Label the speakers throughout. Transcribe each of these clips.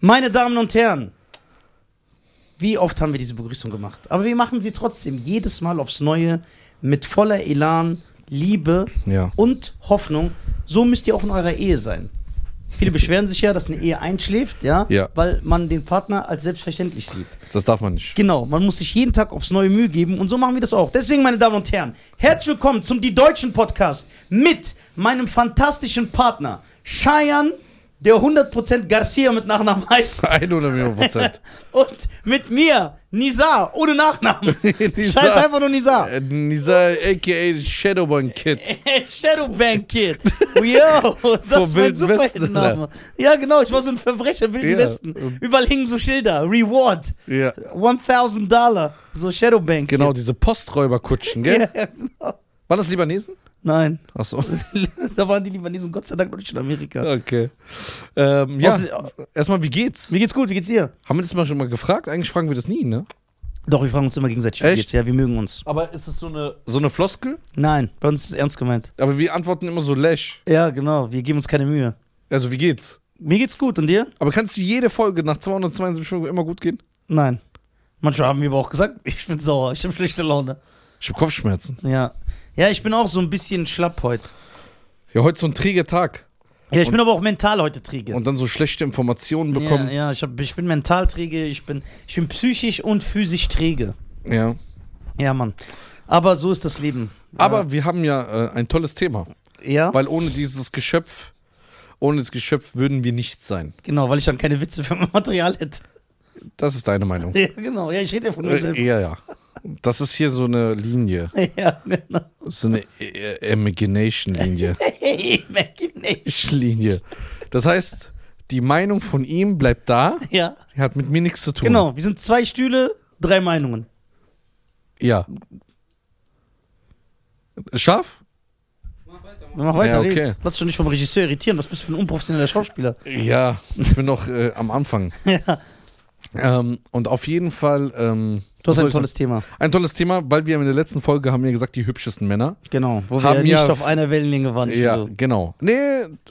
Speaker 1: Meine Damen und Herren, wie oft haben wir diese Begrüßung gemacht? Aber wir machen sie trotzdem jedes Mal aufs Neue mit voller Elan, Liebe
Speaker 2: Ja.
Speaker 1: und Hoffnung. So müsst ihr auch in eurer Ehe sein. Viele beschweren sich ja, dass eine Ehe einschläft, ja,
Speaker 2: Ja.
Speaker 1: weil man den Partner als selbstverständlich sieht.
Speaker 2: Das darf man nicht.
Speaker 1: Genau, man muss sich jeden Tag aufs neue Mühe geben und so machen wir das auch. Deswegen, meine Damen und Herren, herzlich willkommen zum Die Deutschen Podcast mit meinem fantastischen Partner Cheyenne, der 100% Garcia mit Nachnamen heißt
Speaker 2: 100 Millionen Prozent.
Speaker 1: und mit mir Nizar ohne Nachnamen.
Speaker 2: Nizar.
Speaker 1: Scheiß einfach nur Nizar.
Speaker 2: Äh, Nizar, a.k.a. Shadowborn Kid.
Speaker 1: Hey, Shadowbank Kid. Yo, das ist mein
Speaker 2: Wild
Speaker 1: Superheldenname.
Speaker 2: Westen, ne?
Speaker 1: Ja, genau, ich war so ein Verbrecher, Wilden
Speaker 2: Ja.
Speaker 1: Westen. Überall hingen so Schilder, Reward,
Speaker 2: Ja.
Speaker 1: 1000 Dollar, so Shadowbank. Kid.
Speaker 2: Genau, diese Posträuberkutschen, gell?
Speaker 1: Ja, ja, genau.
Speaker 2: Waren das Libanesen?
Speaker 1: Nein,
Speaker 2: Achso.
Speaker 1: da waren die Libanesen Gott sei Dank noch nicht in Amerika.
Speaker 2: Okay. Ähm, ja,
Speaker 1: Aus-
Speaker 2: erstmal, wie geht's?
Speaker 1: Mir geht's gut, wie geht's dir?
Speaker 2: Haben wir das mal schon mal gefragt? Eigentlich fragen wir das nie, ne?
Speaker 1: Doch, wir fragen uns immer gegenseitig, wie
Speaker 2: Echt?
Speaker 1: geht's? Ja, wir mögen uns.
Speaker 2: Aber ist es so eine. So eine Floskel?
Speaker 1: Nein, bei uns ist es ernst gemeint.
Speaker 2: Aber wir antworten immer so läsch.
Speaker 1: Ja, genau, wir geben uns keine Mühe.
Speaker 2: Also, wie geht's?
Speaker 1: Mir geht's gut und dir?
Speaker 2: Aber kannst du jede Folge nach 272 Folgen immer gut gehen?
Speaker 1: Nein. Manchmal haben wir aber auch gesagt, ich bin sauer, ich habe schlechte Laune.
Speaker 2: Ich hab Kopfschmerzen.
Speaker 1: Ja. Ja, ich bin auch so ein bisschen schlapp heute.
Speaker 2: Ja, heute so ein träger Tag.
Speaker 1: Ja, ich bin aber auch mental heute träge.
Speaker 2: Und dann so schlechte Informationen bekommen.
Speaker 1: Ja, ja ich, hab, ich bin mental träge, ich bin, ich bin psychisch und physisch träge.
Speaker 2: ja.
Speaker 1: Ja, Mann. Aber so ist das Leben.
Speaker 2: Aber wir haben ja äh, ein tolles Thema,
Speaker 1: Äh, ja,
Speaker 2: weil ohne dieses Geschöpf, ohne das Geschöpf würden wir nichts sein.
Speaker 1: genau, weil ich dann keine Witze für mein Material hätte.
Speaker 2: Das ist deine Meinung.
Speaker 1: Ja, genau. Ja, ich rede ja von mir
Speaker 2: Äh,
Speaker 1: selbst.
Speaker 2: ja, ja. Das ist hier so eine Linie,
Speaker 1: Ja, genau.
Speaker 2: so eine äh, äh, Imagination-Linie.
Speaker 1: Hey, Imagination.
Speaker 2: Linie. Das heißt, die Meinung von ihm bleibt da,
Speaker 1: Ja,
Speaker 2: hat mit mir nichts zu tun.
Speaker 1: genau. Wir sind zwei Stühle, drei Meinungen.
Speaker 2: Ja. Scharf?
Speaker 1: Mach weiter,
Speaker 2: Ja, okay.
Speaker 1: red. Lass dich doch nicht vom Regisseur irritieren. Was bist du für ein unprofessioneller Schauspieler?
Speaker 2: Ja, ich bin noch äh, am Anfang.
Speaker 1: Ja.
Speaker 2: Ähm, und auf jeden Fall. Ähm,
Speaker 1: Du hast
Speaker 2: was soll
Speaker 1: ein
Speaker 2: ich sagen?
Speaker 1: tolles Thema.
Speaker 2: Ein tolles Thema, weil wir in der letzten Folge haben ja gesagt, die hübschesten Männer.
Speaker 1: Genau. Wo wir
Speaker 2: Haben
Speaker 1: nicht
Speaker 2: ja-
Speaker 1: auf einer Wellenlänge waren.
Speaker 2: Ja, genau. Nee,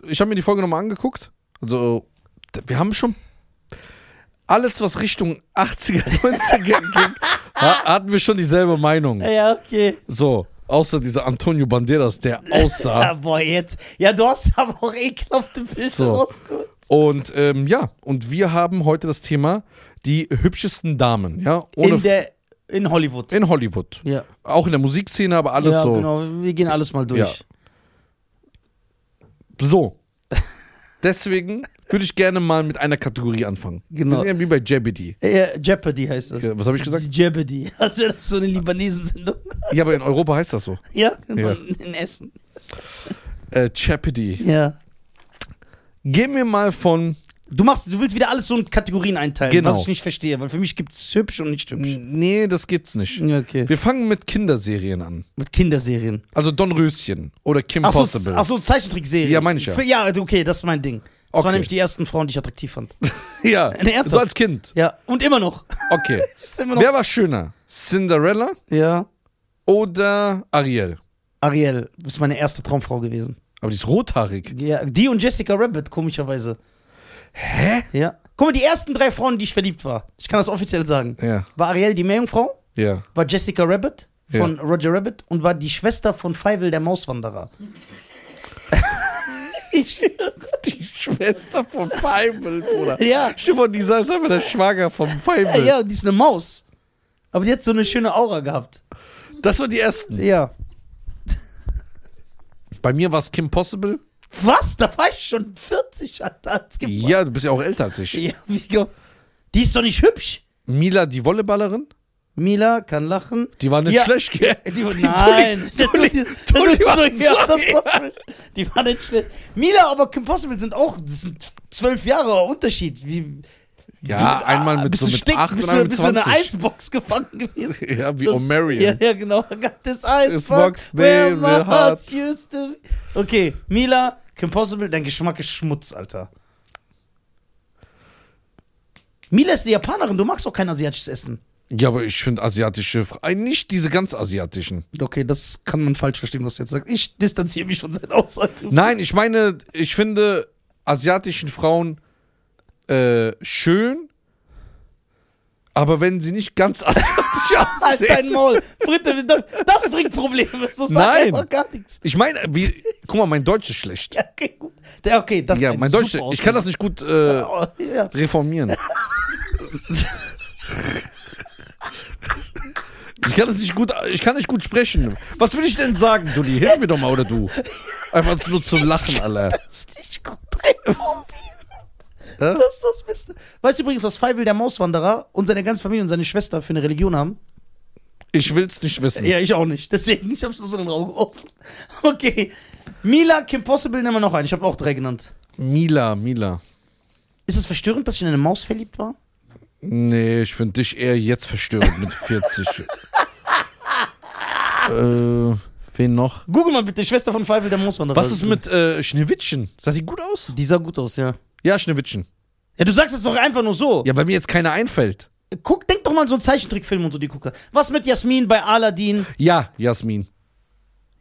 Speaker 2: ich habe mir die Folge nochmal angeguckt. Also, d- wir haben schon alles, was Richtung 80er, 90er ging, ha- hatten wir schon dieselbe Meinung.
Speaker 1: Ja, okay.
Speaker 2: So, außer dieser Antonio Banderas, der
Speaker 1: Ja,
Speaker 2: aussah.
Speaker 1: boah, jetzt. Ja, du hast aber auch ekelhafte Bilder
Speaker 2: So.
Speaker 1: rausgeholt.
Speaker 2: Und ähm, ja, und wir haben heute das Thema die hübschesten Damen, ja, ohne
Speaker 1: In, der, in Hollywood.
Speaker 2: in Hollywood.
Speaker 1: ja,
Speaker 2: Auch in der Musikszene, aber alles
Speaker 1: ja
Speaker 2: so.
Speaker 1: genau. Wir gehen alles mal durch.
Speaker 2: Ja. So. Deswegen würde ich gerne mal mit einer Kategorie anfangen.
Speaker 1: Genau.
Speaker 2: Wir sind ja wie bei JBD.
Speaker 1: Äh, Jeopardy heißt das.
Speaker 2: Ja, was habe ich gesagt?
Speaker 1: Jeopardy. Als wäre das so eine Libanesen-Sendung.
Speaker 2: Ja, aber in Europa heißt das so.
Speaker 1: ja, genau.
Speaker 2: Ja.
Speaker 1: In Essen.
Speaker 2: Äh, Jeopardy.
Speaker 1: Ja.
Speaker 2: Gehen wir mal von.
Speaker 1: Du machst, du willst wieder alles so in Kategorien einteilen,
Speaker 2: Genau.
Speaker 1: was ich nicht verstehe, weil für mich gibt es hübsch und nicht hübsch.
Speaker 2: Nee, das gibt's nicht.
Speaker 1: Hm. Ja, okay.
Speaker 2: Wir fangen mit Kinderserien an.
Speaker 1: Mit Kinderserien.
Speaker 2: Also Don Röschen oder Kim
Speaker 1: Ach so,
Speaker 2: Possible.
Speaker 1: ach so, Zeichentrickserien.
Speaker 2: Ja, meine ich ja.
Speaker 1: Für- Ja, also, okay, das ist mein Ding. Das
Speaker 2: Okay.
Speaker 1: waren nämlich die ersten Frauen, die ich attraktiv fand.
Speaker 2: ja,
Speaker 1: Nee, ernsthaft.
Speaker 2: so als Kind.
Speaker 1: Ja, und immer noch.
Speaker 2: Okay.
Speaker 1: Ist immer noch.
Speaker 2: Wer war schöner? Cinderella
Speaker 1: Ja.
Speaker 2: oder Ariel?
Speaker 1: Ariel ist meine erste Traumfrau gewesen.
Speaker 2: Aber die ist rothaarig.
Speaker 1: Ja, die und Jessica Rabbit, komischerweise.
Speaker 2: Hä?
Speaker 1: Ja. Guck mal, die ersten drei Frauen, die ich verliebt war, ich kann das offiziell sagen,
Speaker 2: Ja,
Speaker 1: war Ariel die Meerjungfrau,
Speaker 2: ja.
Speaker 1: war Jessica Rabbit von
Speaker 2: Ja.
Speaker 1: Roger Rabbit und war die Schwester von Feivel, der Mauswanderer. ich,
Speaker 2: Die Schwester von Feimel, Bruder.
Speaker 1: ja,
Speaker 2: Schimmon, die ist einfach der Schwager vom Feimel.
Speaker 1: ja, die ist eine Maus. Aber die hat so eine schöne Aura gehabt.
Speaker 2: Das waren die ersten.
Speaker 1: Ja.
Speaker 2: Bei mir war es Kim Possible.
Speaker 1: Was? Da war ich schon 40, Alter. Es gibt-
Speaker 2: Ja, du bist ja auch älter als ich.
Speaker 1: ja wie, ge- die ist doch nicht hübsch.
Speaker 2: Mila, die Volleyballerin,
Speaker 1: Mila kann lachen.
Speaker 2: die war nicht
Speaker 1: Ja.
Speaker 2: schlecht, gell?
Speaker 1: Äh, Die, nein,
Speaker 2: Tulli-
Speaker 1: Das
Speaker 2: Tulli
Speaker 1: ist
Speaker 2: war
Speaker 1: so-
Speaker 2: so-
Speaker 1: ja, das war- die war nicht schlecht. Mila, aber Kim Possible sind auch, das sind zwölf Jahre Unterschied. Wie,
Speaker 2: Ja,
Speaker 1: wie-
Speaker 2: einmal mit
Speaker 1: bist
Speaker 2: so
Speaker 1: du
Speaker 2: mit
Speaker 1: stecken,
Speaker 2: acht und
Speaker 1: bist
Speaker 2: einmal
Speaker 1: du,
Speaker 2: mit
Speaker 1: bist du in einer
Speaker 2: 20.
Speaker 1: Eisbox gefangen gewesen.
Speaker 2: Ja, wie
Speaker 1: Das- Ja,
Speaker 2: O'Marion.
Speaker 1: ja, genau. I got this Icebox,
Speaker 2: This box, baby,
Speaker 1: where my heart
Speaker 2: hot.
Speaker 1: used to be. Okay, Mila, Kim Possible, dein Geschmack ist Schmutz, Alter. Mila ist eine Japanerin, du magst auch kein asiatisches Essen.
Speaker 2: Ja, aber ich finde asiatische Fra- Äh, nicht diese ganz asiatischen.
Speaker 1: Okay, das kann man falsch verstehen, was du jetzt sagst. Ich distanziere mich von seinen Aussagen.
Speaker 2: Nein, ich meine, ich finde asiatischen Frauen äh, schön, aber wenn sie nicht ganz asiatisch
Speaker 1: Halt
Speaker 2: aussehen.
Speaker 1: dein Maul. Britte, das- das bringt Probleme. So sagt
Speaker 2: Nein.
Speaker 1: einfach gar nichts.
Speaker 2: Ich meine, wie, guck mal, mein Deutsch ist schlecht.
Speaker 1: Ja, okay, gut. Der- okay, das
Speaker 2: Ja,
Speaker 1: ist
Speaker 2: mein
Speaker 1: eine
Speaker 2: Deutsch,
Speaker 1: super
Speaker 2: ich kann das nicht gut äh,
Speaker 1: Ausdruck. Oh, ja.
Speaker 2: reformieren. Ich kann das nicht gut, ich kann nicht gut sprechen. Was will ich denn sagen, Dulli? Hilf mir doch mal, oder du? Einfach nur zum Lachen, Alter.
Speaker 1: Das ist nicht gut reformiert. Das ist das Beste. Weißt du übrigens, was Feivel der Mauswanderer und seine ganze Familie und seine Schwester für eine Religion haben?
Speaker 2: Ich will's nicht wissen.
Speaker 1: Ja, ich auch nicht. Deswegen, ich hab's nur so in den Raum geworfen. Okay. Mila Kim Possible nehmen wir noch einen. Ich habe auch drei genannt.
Speaker 2: Mila, Mila.
Speaker 1: Ist es verstörend, dass ich in eine Maus verliebt war?
Speaker 2: Nee, ich finde dich eher jetzt verstörend mit 40. äh, wen noch?
Speaker 1: Google mal bitte, Schwester von Feivel der Mauswanderer.
Speaker 2: Was ist mit äh, Schneewittchen? Sah die gut aus?
Speaker 1: Die sah gut aus, ja.
Speaker 2: Ja, Schneewittchen.
Speaker 1: Ja, du sagst es doch einfach nur so.
Speaker 2: Ja, weil mir jetzt keiner einfällt.
Speaker 1: Guck, denk doch mal an so einen Zeichentrickfilm und so, die gucke. Was mit Jasmin bei Aladdin?
Speaker 2: Ja, Jasmin.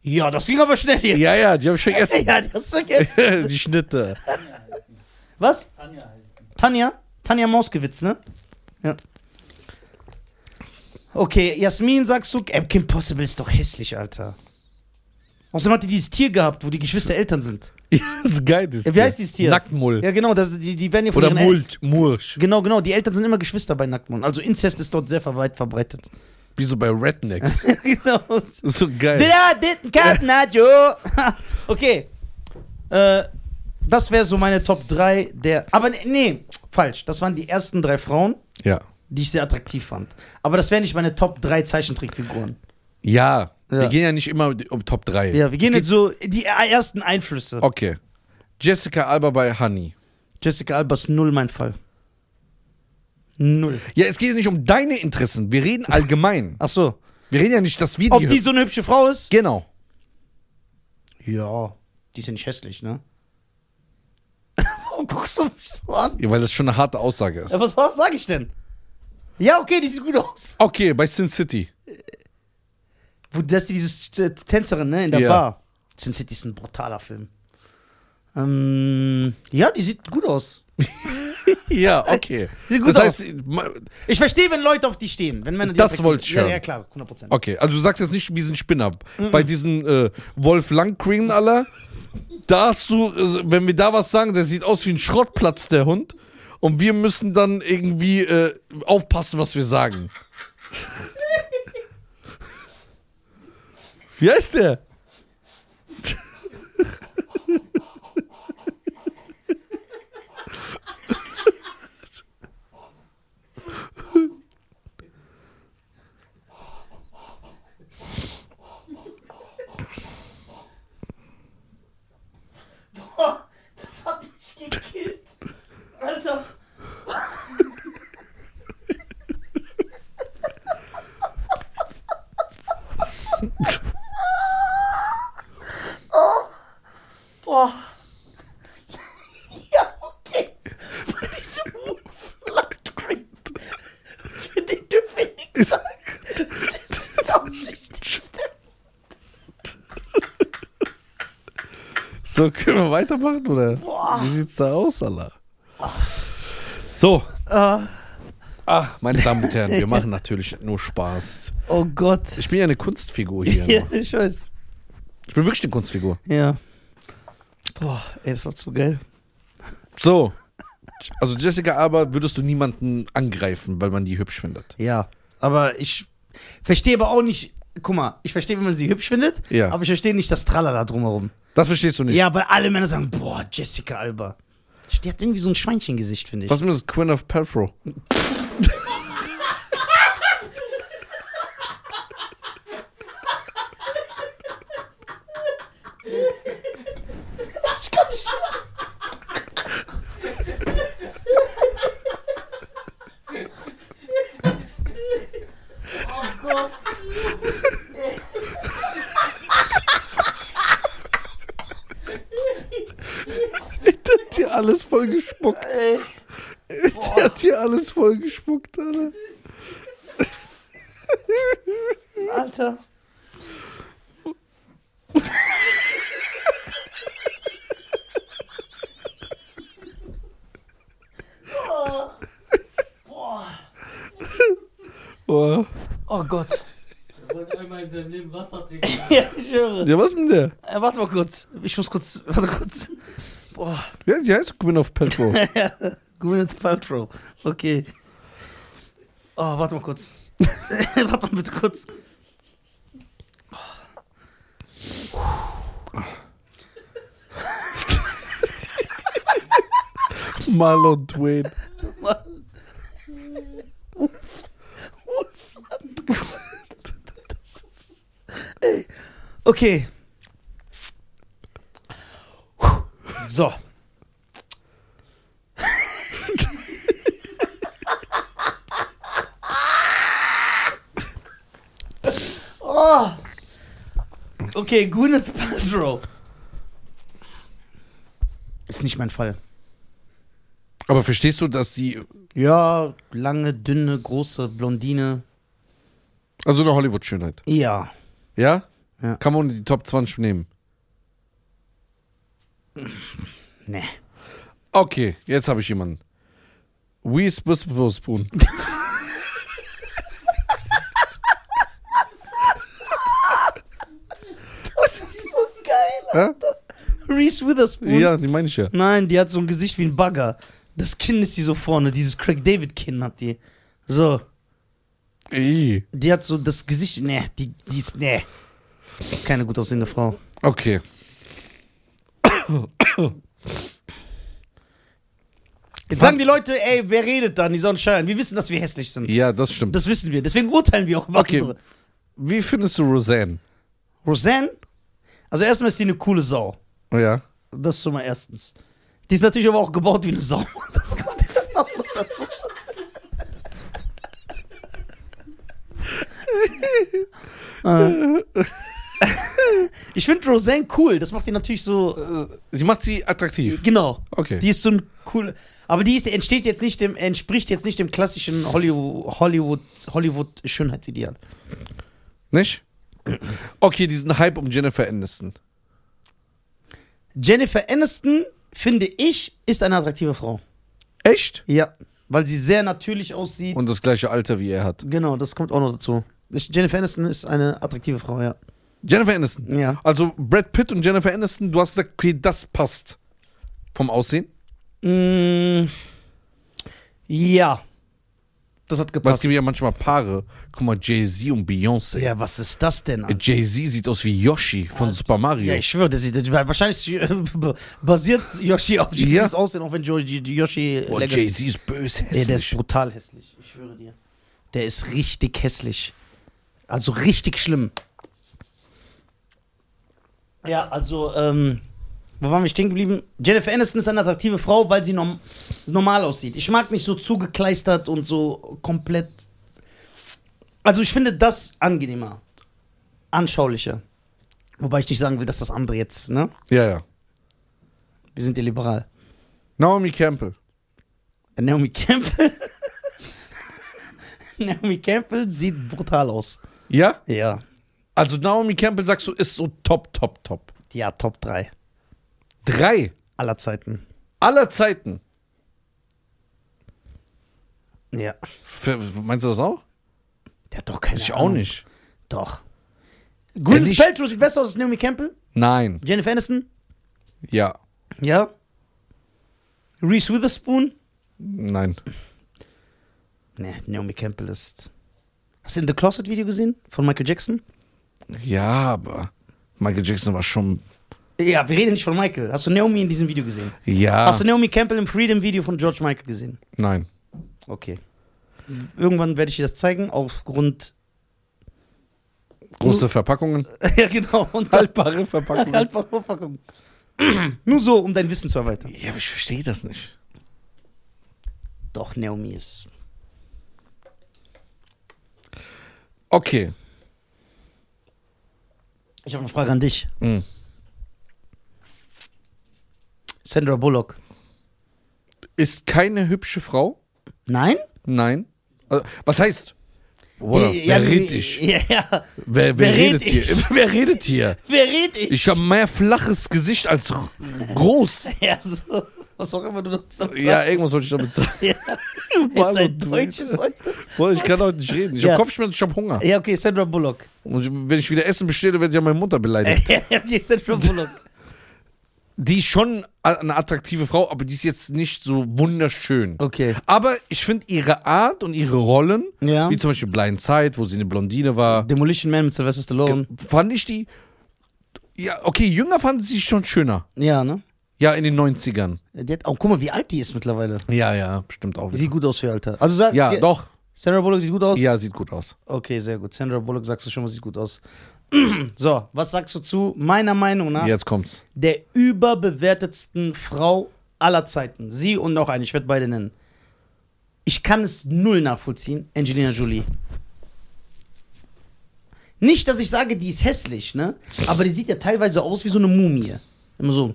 Speaker 1: Ja, das ging aber schnell hier.
Speaker 2: Ja, ja, die habe ich vergessen.
Speaker 1: Ja, das ist vergessen.
Speaker 2: die Schnitte.
Speaker 1: Was?
Speaker 3: Tanja heißt die.
Speaker 1: Tanja? Tanja Mausgewitz, ne? Ja. Okay, Jasmin sagst du, äh, Kim Possible ist doch hässlich, Alter. Außerdem hat die dieses Tier gehabt, wo die Geschwister Eltern sind.
Speaker 2: Ja, ist geil, das
Speaker 1: Ja, wie heißt dieses Tier?
Speaker 2: Nacktmull.
Speaker 1: Ja, genau, das, die, die werden ja von
Speaker 2: Oder
Speaker 1: ihren El-
Speaker 2: Mulch. Mursch.
Speaker 1: Genau, genau, die Eltern sind immer Geschwister bei Nacktmund. Also Inzest ist dort sehr ver- weit verbreitet.
Speaker 2: Wie so bei Rednecks.
Speaker 1: genau.
Speaker 2: Das ist so geil.
Speaker 1: Dra, ditten, katten, hat, jo. Okay. Äh, das wäre so meine Top 3 der. Aber nee, nee, falsch. Das waren die ersten drei Frauen.
Speaker 2: Ja.
Speaker 1: die ich sehr attraktiv fand. Aber das wären nicht meine Top 3 Zeichentrickfiguren.
Speaker 2: Ja, wir
Speaker 1: Ja.
Speaker 2: gehen ja nicht immer um Top 3.
Speaker 1: Ja, wir gehen
Speaker 2: Es
Speaker 1: jetzt so die ersten Einflüsse.
Speaker 2: geht- Okay. Jessica Alba bei Honey.
Speaker 1: Jessica Alba ist null mein Fall. Null.
Speaker 2: Ja, es geht ja nicht um deine Interessen. Wir reden allgemein.
Speaker 1: Ach so.
Speaker 2: Wir reden ja nicht, dass wir
Speaker 1: Ob
Speaker 2: die.
Speaker 1: die so eine hübsche Frau ist?
Speaker 2: genau.
Speaker 1: Ja. Die ist ja nicht hässlich, ne? Warum guckst du mich so an?
Speaker 2: Ja, weil das schon eine harte Aussage ist.
Speaker 1: Ja, was sage ich denn? Ja, okay, die sieht gut aus.
Speaker 2: Okay, bei Sin City.
Speaker 1: Wo, das ist diese äh, Tänzerin, ne, in der
Speaker 2: Ja.
Speaker 1: Bar. Sin City ist ein brutaler Film. Ähm, ja, die sieht gut aus.
Speaker 2: Ja, okay.
Speaker 1: Sieht gut
Speaker 2: das heißt, ma-
Speaker 1: Ich verstehe, wenn Leute auf die stehen. Wenn Männer die
Speaker 2: Das
Speaker 1: auf die-
Speaker 2: wollte ich
Speaker 1: ja,
Speaker 2: hören.
Speaker 1: ja, klar, 100 Prozent.
Speaker 2: okay, also du sagst jetzt nicht, wir sind Spinner. Bei diesen äh, Wolf Langcreme aller, da hast du, äh, wenn wir da was sagen, der sieht aus wie ein Schrottplatz, der Hund. Und wir müssen dann irgendwie äh, aufpassen, was wir sagen. wie heißt der?
Speaker 1: Oh, Das hat mich gekillt. Alter. Oh. Boah. Ja, okay. Bei diesem Landgrip. Ich will den dürfen wir nichts sagen. Das ist auch nicht der
Speaker 2: So, können wir weitermachen, oder?
Speaker 1: Boah.
Speaker 2: Wie sieht's da aus, Allah? So, Ah. ach, meine Damen und Herren, wir machen natürlich nur Spaß.
Speaker 1: Oh Gott.
Speaker 2: Ich bin ja eine Kunstfigur hier. ne?
Speaker 1: Ja, ich weiß.
Speaker 2: Ich bin wirklich eine Kunstfigur.
Speaker 1: Ja. Boah, ey, das war zu geil.
Speaker 2: So. Also Jessica Alba würdest du niemanden angreifen, weil man die hübsch findet.
Speaker 1: Ja, aber ich verstehe aber auch nicht. Guck mal, ich verstehe, wenn man sie hübsch findet,
Speaker 2: Ja.
Speaker 1: aber ich verstehe nicht das Tralala drumherum.
Speaker 2: Das verstehst du nicht.
Speaker 1: Ja, weil alle Männer sagen, boah, Jessica Alba. Die hat irgendwie so ein Schweinchengesicht, finde ich.
Speaker 2: Was ist mit das Queen of Paltrow?
Speaker 1: Ich kann nicht.
Speaker 3: Oh Gott.
Speaker 2: Der hat dir alles voll gespuckt. Der hat dir alles voll gespuckt, Alter.
Speaker 1: Alter.
Speaker 2: Oh.
Speaker 1: Oh Gott.
Speaker 3: Er wollte einmal in seinem Leben Wasser trinken.
Speaker 1: ja, ich schwöre.
Speaker 2: Ja, was denn der?
Speaker 1: Äh, warte mal kurz. Ich muss kurz. Warte kurz. Boah.
Speaker 2: Wie heißt die heißt Queen of Petro?
Speaker 1: Gwyneth Paltrow. Okay. Oh, warte mal kurz. warte mal bitte kurz.
Speaker 2: Marlon Twain.
Speaker 1: Okay. So. oh. Okay, Gwyneth Paltrow. Ist nicht mein Fall.
Speaker 2: Aber verstehst du, dass die.
Speaker 1: Ja, lange, dünne, große Blondine.
Speaker 2: Also eine Hollywood-Schönheit.
Speaker 1: Ja.
Speaker 2: Ja?
Speaker 1: Ja.
Speaker 2: Kann man in die Top 20 nehmen.
Speaker 1: Nee.
Speaker 2: Okay, jetzt habe ich jemanden. Weesbusbusbun.
Speaker 1: Das ist so geil.
Speaker 2: Hä?
Speaker 1: Reese Witherspoon.
Speaker 2: Ja, die meine ich ja.
Speaker 1: Nein, die hat so ein Gesicht wie ein Bagger. Das Kinn ist die so vorne, dieses Craig David Kinn hat die. So,
Speaker 2: Ih.
Speaker 1: die hat so das Gesicht, nee, die, die ist, nee. Das ist keine gut aussehende Frau.
Speaker 2: Okay.
Speaker 1: Jetzt sagen die Leute, ey, wer redet da? Die sollen scheinen. Wir wissen, dass wir hässlich sind.
Speaker 2: Ja, das stimmt.
Speaker 1: Das wissen wir. Deswegen urteilen wir auch über
Speaker 2: Okay.
Speaker 1: andere.
Speaker 2: Wie findest du Roseanne?
Speaker 1: Roseanne, also erstmal ist die eine coole Sau.
Speaker 2: Oh Ja.
Speaker 1: Das ist schon mal erstens. Die ist natürlich aber auch gebaut wie eine Sau. Das kommt ja auch noch dazu. Äh. ich finde Roseanne cool. Das macht die natürlich so.
Speaker 2: Sie macht sie attraktiv.
Speaker 1: Genau.
Speaker 2: Äh, Okay.
Speaker 1: Die ist so ein cool. Aber die ist, entsteht jetzt nicht dem, entspricht jetzt nicht dem klassischen Hollywood, Hollywood, Hollywood Schönheitsideal.
Speaker 2: Nicht? Okay, diesen Hype um Jennifer Aniston.
Speaker 1: Jennifer Aniston, finde ich, ist eine attraktive Frau.
Speaker 2: Echt?
Speaker 1: Ja. Weil sie sehr natürlich aussieht.
Speaker 2: Und das gleiche Alter wie er hat.
Speaker 1: Genau, das kommt auch noch dazu. Ich, Jennifer Aniston ist eine attraktive Frau, ja.
Speaker 2: Jennifer Aniston.
Speaker 1: Ja.
Speaker 2: Also Brad Pitt und Jennifer Aniston, du hast gesagt, okay, das passt. Vom Aussehen?
Speaker 1: Mm, ja. Das hat
Speaker 2: Weil es
Speaker 1: gepasst.
Speaker 2: gibt ja manchmal Paare. Guck mal, Jay-Z und Beyoncé.
Speaker 1: ja, was ist das denn? Alter?
Speaker 2: Jay-Z sieht aus wie Yoshi von Super Mario.
Speaker 1: Ja, ich schwöre, das sieht, weil wahrscheinlich äh, b- basiert Yoshi auf
Speaker 2: Ja.
Speaker 1: dieses Aussehen, auch wenn Jo- Jo- Yoshi.
Speaker 2: Boah,
Speaker 1: lecker-
Speaker 2: Jay-Z ist böse
Speaker 1: nee, der ist
Speaker 2: hässlich.
Speaker 1: brutal hässlich, ich schwöre dir. Der ist richtig hässlich. Also richtig schlimm. Ja, also, ähm, wo waren wir stehen geblieben? Jennifer Aniston ist eine attraktive Frau, weil sie norm normal aussieht. Ich mag nicht so zugekleistert und so komplett. Also ich finde das angenehmer, anschaulicher. Wobei ich nicht sagen will, dass das andere jetzt, ne?
Speaker 2: ja, ja.
Speaker 1: Wir sind ja liberal.
Speaker 2: Naomi Campbell.
Speaker 1: Naomi Campbell. Naomi Campbell sieht brutal aus.
Speaker 2: Ja?
Speaker 1: Ja.
Speaker 2: Also Naomi Campbell, sagst du, ist so top, top, top.
Speaker 1: Ja, Top 3
Speaker 2: Drei
Speaker 1: aller Zeiten.
Speaker 2: aller Zeiten.
Speaker 1: Ja.
Speaker 2: Ver- Meinst du das auch?
Speaker 1: Der hat doch keine
Speaker 2: Ich
Speaker 1: Ahnung.
Speaker 2: auch nicht.
Speaker 1: Doch.
Speaker 2: nicht-
Speaker 1: Gwyneth Paltrow sieht besser aus als Naomi Campbell.
Speaker 2: Nein.
Speaker 1: Jennifer Aniston.
Speaker 2: Ja.
Speaker 1: Ja. Reese Witherspoon.
Speaker 2: Nein.
Speaker 1: Ne, Naomi Campbell ist... Hast du in The Closet Video gesehen? Von Michael Jackson?
Speaker 2: Ja, aber Michael Jackson war schon.
Speaker 1: Ja, wir reden nicht von Michael. Hast du Naomi in diesem Video gesehen?
Speaker 2: Ja.
Speaker 1: Hast du Naomi Campbell im Freedom Video von George Michael gesehen?
Speaker 2: Nein.
Speaker 1: Okay. Irgendwann werde ich dir das zeigen, aufgrund.
Speaker 2: Große Verpackungen.
Speaker 1: ja, genau. Und dann
Speaker 2: Haltbare Verpackungen.
Speaker 1: halt Verpackung. Nur so, um dein Wissen zu erweitern.
Speaker 2: ja, aber ich verstehe das nicht.
Speaker 1: Doch, Naomi ist.
Speaker 2: Okay.
Speaker 1: Ich habe eine Frage an dich.
Speaker 2: Mhm.
Speaker 1: Sandra Bullock.
Speaker 2: Ist keine hübsche Frau?
Speaker 1: Nein?
Speaker 2: Nein. Also, was heißt? Bruder,
Speaker 1: Ja,
Speaker 2: wer
Speaker 1: ja,
Speaker 2: redet
Speaker 1: wie-
Speaker 2: ich?
Speaker 1: Ja, ja.
Speaker 2: Wer, wer,
Speaker 1: wer
Speaker 2: redet
Speaker 1: red
Speaker 2: hier?
Speaker 1: ich?
Speaker 2: Wer redet hier?
Speaker 1: Wer redet ich?
Speaker 2: Ich habe mehr flaches Gesicht als r- groß.
Speaker 1: Ja, so. Was auch immer du sonst noch
Speaker 2: Ja, irgendwas wollte ich damit sagen.
Speaker 1: Ja. Ist ein
Speaker 2: Marlon Twain.
Speaker 1: deutsches heute.
Speaker 2: Boah, ich kann halt heute nicht reden. Ich
Speaker 1: Ja.
Speaker 2: hab Kopfschmerzen, ich hab Hunger.
Speaker 1: Ja, okay, Sandra Bullock.
Speaker 2: Und ich- wenn ich wieder Essen bestelle, werde ich ja meine Mutter beleidigt.
Speaker 1: Ja, okay, Sandra Bullock.
Speaker 2: Die ist schon a- eine attraktive Frau, aber die ist jetzt nicht so wunderschön.
Speaker 1: Okay.
Speaker 2: Aber ich finde ihre Art und ihre Rollen,
Speaker 1: Ja.
Speaker 2: wie zum Beispiel Blind Side, wo sie eine Blondine war,
Speaker 1: Demolition Man mit Sylvester Stallone.
Speaker 2: fand ich die. Ja, okay, jünger fand sie schon schöner.
Speaker 1: Ja, ne?
Speaker 2: Ja, in den 90ern.
Speaker 1: Die hat, oh, guck mal, wie alt die ist mittlerweile.
Speaker 2: Ja, ja, bestimmt auch.
Speaker 1: Sieht gut aus für ihr Alter. Also sag,
Speaker 2: ja,
Speaker 1: die-
Speaker 2: doch.
Speaker 1: Sandra Bullock sieht gut aus?
Speaker 2: Ja, sieht gut aus.
Speaker 1: Okay, sehr gut. Sandra Bullock sagst du schon mal, sieht gut aus. so, was sagst du zu meiner Meinung nach
Speaker 2: Jetzt kommt's.
Speaker 1: der überbewertetsten Frau aller Zeiten? Sie und noch eine, ich werde beide nennen. Ich kann es null nachvollziehen, Angelina Jolie. Nicht, dass ich sage, die ist hässlich, ne? Aber die sieht ja teilweise aus wie so eine Mumie. Immer so.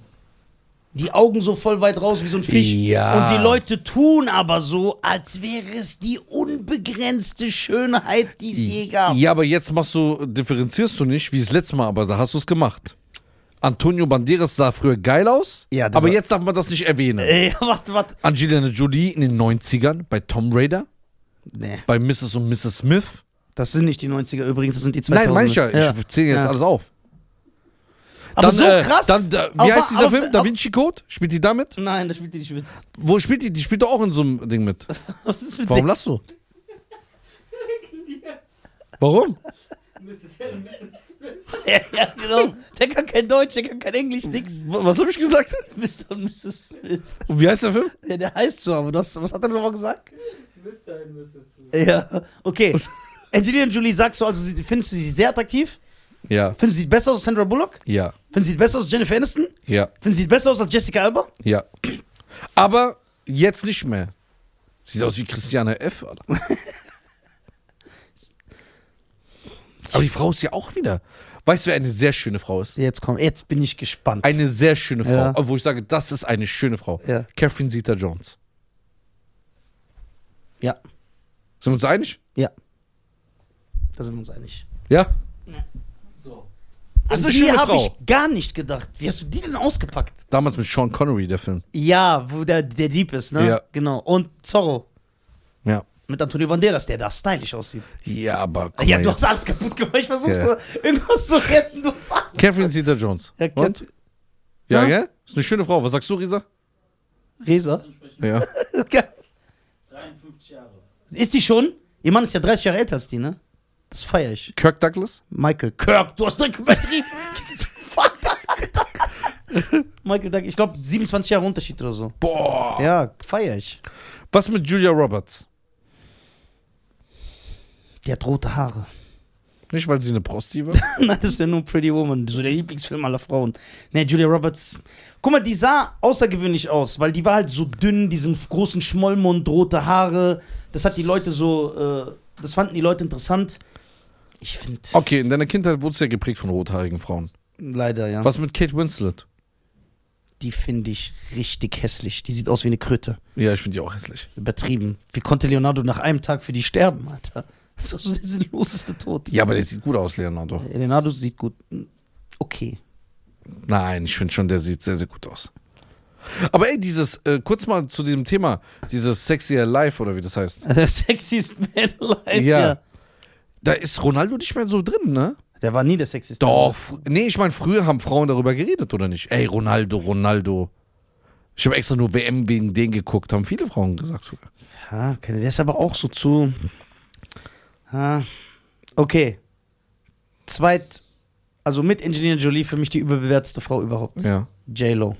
Speaker 1: Die Augen so voll weit raus wie so ein Fisch.
Speaker 2: Ja.
Speaker 1: Und die Leute tun aber so, als wäre es die unbegrenzte Schönheit, die es je gab.
Speaker 2: Ja, aber jetzt machst du, differenzierst du nicht, wie das letzte Mal, aber da hast du es gemacht. Antonio Banderas sah früher geil aus,
Speaker 1: Ja, das
Speaker 2: aber
Speaker 1: war-
Speaker 2: jetzt darf man das nicht erwähnen.
Speaker 1: Ey, warte, warte.
Speaker 2: Angelina Jolie in den 90ern bei Tom Raider,
Speaker 1: Nee,
Speaker 2: bei Mrs. und Mrs. Smith.
Speaker 1: das sind nicht die 90er übrigens, das sind die 2000er.
Speaker 2: Nein, mancher.
Speaker 1: Ja.
Speaker 2: Ich zähle jetzt
Speaker 1: Ja.
Speaker 2: alles auf.
Speaker 1: Aber
Speaker 2: dann,
Speaker 1: so
Speaker 2: äh,
Speaker 1: krass.
Speaker 2: Dann, äh, wie
Speaker 1: Auf-
Speaker 2: heißt dieser
Speaker 1: auf-
Speaker 2: Film? Da
Speaker 1: auf-
Speaker 2: Vinci Code? Spielt die damit?
Speaker 1: Nein, da spielt die nicht mit.
Speaker 2: Wo spielt die? Die spielt doch auch in so einem Ding mit.
Speaker 1: Was ist mit
Speaker 2: Warum
Speaker 1: der-
Speaker 2: lachst du? Warum?
Speaker 3: Mrs. and Mrs. Smith.
Speaker 1: Ja, ja, genau. Der kann kein Deutsch, der kann kein Englisch, nix.
Speaker 2: W- Was habe ich gesagt?
Speaker 1: Mr. und Mrs. Smith.
Speaker 2: Und wie heißt der Film?
Speaker 1: Ja, der heißt so, aber du hast, was hat er nochmal gesagt?
Speaker 3: Mr. and Mrs. Smith.
Speaker 1: Ja, okay. Angelina Jolie, sagst du also, sie- findest du sie sehr attraktiv?
Speaker 2: Ja,
Speaker 1: Findest du sie besser aus als Sandra Bullock?
Speaker 2: ja,
Speaker 1: Findest du sie besser aus als Jennifer Aniston?
Speaker 2: ja,
Speaker 1: Findest du sie besser aus als Jessica Alba?
Speaker 2: ja. Aber jetzt nicht mehr. Sieht aus wie Christiane F. Alter. Aber die Frau ist ja auch wieder. Weißt du, wer eine sehr schöne Frau ist?
Speaker 1: Jetzt komm, jetzt bin ich gespannt.
Speaker 2: Eine sehr schöne Frau,
Speaker 1: Ja.
Speaker 2: wo ich sage, das ist eine schöne Frau.
Speaker 1: Ja.
Speaker 2: Catherine Zeta-Jones.
Speaker 1: ja,
Speaker 2: Sind wir uns einig?
Speaker 1: ja. Da sind wir uns einig.
Speaker 2: Ja?
Speaker 3: So.
Speaker 1: An
Speaker 2: Ist eine
Speaker 1: die
Speaker 2: schöne
Speaker 1: habe
Speaker 2: Frau.
Speaker 1: ich gar nicht gedacht. Wie hast du die denn ausgepackt?
Speaker 2: Damals mit Sean Connery, der Film.
Speaker 1: Ja, wo der, der Dieb ist, ne?
Speaker 2: Ja.
Speaker 1: Genau. Und Zorro
Speaker 2: Ja.
Speaker 1: mit Antonio Banderas, der da stylisch aussieht.
Speaker 2: Ja, aber. guck
Speaker 1: ja,
Speaker 2: mal
Speaker 1: du
Speaker 2: jetzt.
Speaker 1: hast alles kaputt gemacht. Ich versuch
Speaker 2: Ja.
Speaker 1: so, irgendwas zu retten. Du hast alles.
Speaker 2: Catherine Zeta-Jones.
Speaker 1: Ja,
Speaker 2: Und?
Speaker 1: kennt-
Speaker 2: Ja,
Speaker 1: Ja.
Speaker 2: gell? Ist eine schöne Frau. Was sagst du, Risa?
Speaker 1: Resa.
Speaker 3: Ansprechen.
Speaker 2: Ja.
Speaker 1: Okay.
Speaker 3: 53 Jahre.
Speaker 1: Ist die schon? Ihr Mann ist ja 30 Jahre älter als die, ne? Das feiere ich.
Speaker 2: Kirk Douglas?
Speaker 1: Michael Kirk, du hast direkt übertrieben. Fuck, Alter. Michael Kirk, ich glaube 27 Jahre Unterschied oder so.
Speaker 2: Boah.
Speaker 1: Ja, feiere ich.
Speaker 2: Was mit Julia Roberts?
Speaker 1: Die hat rote Haare.
Speaker 2: Nicht, weil sie eine Prosti war?
Speaker 1: Nein, das ist ja nur Pretty Woman, so der Lieblingsfilm aller Frauen. Ne, Julia Roberts. Guck mal, die sah außergewöhnlich aus, weil die war halt so dünn, diesen großen Schmollmund, rote Haare. Das hat die Leute so, äh, das fanden die Leute interessant. Ich finde,
Speaker 2: Okay, in deiner Kindheit wurdest du ja geprägt von rothaarigen Frauen.
Speaker 1: leider, ja.
Speaker 2: Was mit Kate Winslet?
Speaker 1: Die finde ich richtig hässlich. Die sieht aus wie eine Kröte.
Speaker 2: Ja, ich finde die auch hässlich.
Speaker 1: Übertrieben. Wie konnte Leonardo nach einem Tag für die sterben, Alter? Das ist so der sinnloseste Tod.
Speaker 2: Ja, aber der sieht gut aus, Leonardo.
Speaker 1: Leonardo sieht gut. Okay.
Speaker 2: Nein, ich finde schon, der sieht sehr, sehr gut aus. Aber ey, dieses, äh, kurz mal zu diesem Thema, dieses Sexy Alive oder wie das heißt.
Speaker 1: Sexiest Man alive.
Speaker 2: Ja.
Speaker 1: Ja.
Speaker 2: Da ist Ronaldo nicht mehr so drin, ne?
Speaker 1: Der war nie der sexiest Man.
Speaker 2: Doch, fr- nee, ich meine, früher haben Frauen darüber geredet, oder nicht? Ey, Ronaldo, Ronaldo. Ich habe extra nur WM wegen den geguckt, haben viele Frauen gesagt. sogar.
Speaker 1: Ja, okay, der ist aber auch so zu. Ja. Okay. Zweit, also mit Angelina Jolie für mich die überbewertete Frau überhaupt.
Speaker 2: Ja.
Speaker 1: J-Lo.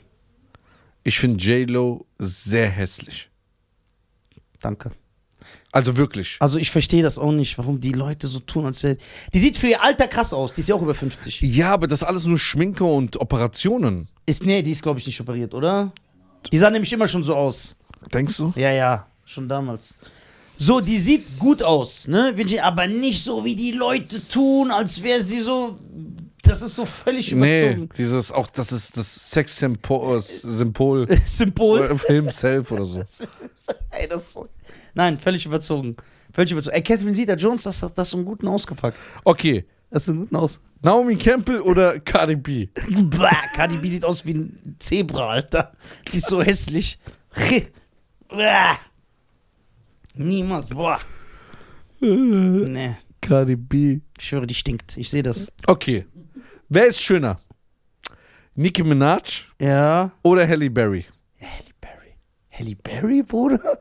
Speaker 2: Ich finde J-Lo sehr hässlich.
Speaker 1: Danke.
Speaker 2: Also wirklich.
Speaker 1: Also ich verstehe das auch nicht, warum die Leute so tun, als wäre. Die sieht für ihr Alter krass aus. Die ist ja auch über 50.
Speaker 2: Ja, aber das alles nur Schminke und Operationen.
Speaker 1: Ist, nee, die ist, glaube ich, nicht operiert, oder? Die sah nämlich immer schon so aus.
Speaker 2: Denkst du?
Speaker 1: Ja, ja, schon damals. So, die sieht gut aus, ne? Virginia, Aber nicht so, wie die Leute tun, als wäre sie so. Das ist so völlig überzogen.
Speaker 2: Nee, dieses auch, das ist das äh, Sex-Symbol
Speaker 1: Symbol.
Speaker 2: Film Self oder so.
Speaker 1: Ey, das ist so- Nein, völlig überzogen. Völlig überzogen. Ey, Catherine Zeta Jones, das hat das so einen guten ausgepackt.
Speaker 2: Okay,
Speaker 1: Das ist einen guten aus.
Speaker 2: Naomi Campbell oder Cardi B?
Speaker 1: Bäh, Cardi B sieht aus wie ein Zebra, Alter. Die ist so hässlich. Bäh. Niemals, boah. Nee,
Speaker 2: Cardi B.
Speaker 1: ich schwöre, die stinkt. Ich sehe das.
Speaker 2: Okay. Wer ist schöner? Nicki Minaj
Speaker 1: Ja.
Speaker 2: oder Halle Berry?
Speaker 1: Halle Berry. Halle Berry, Bruder?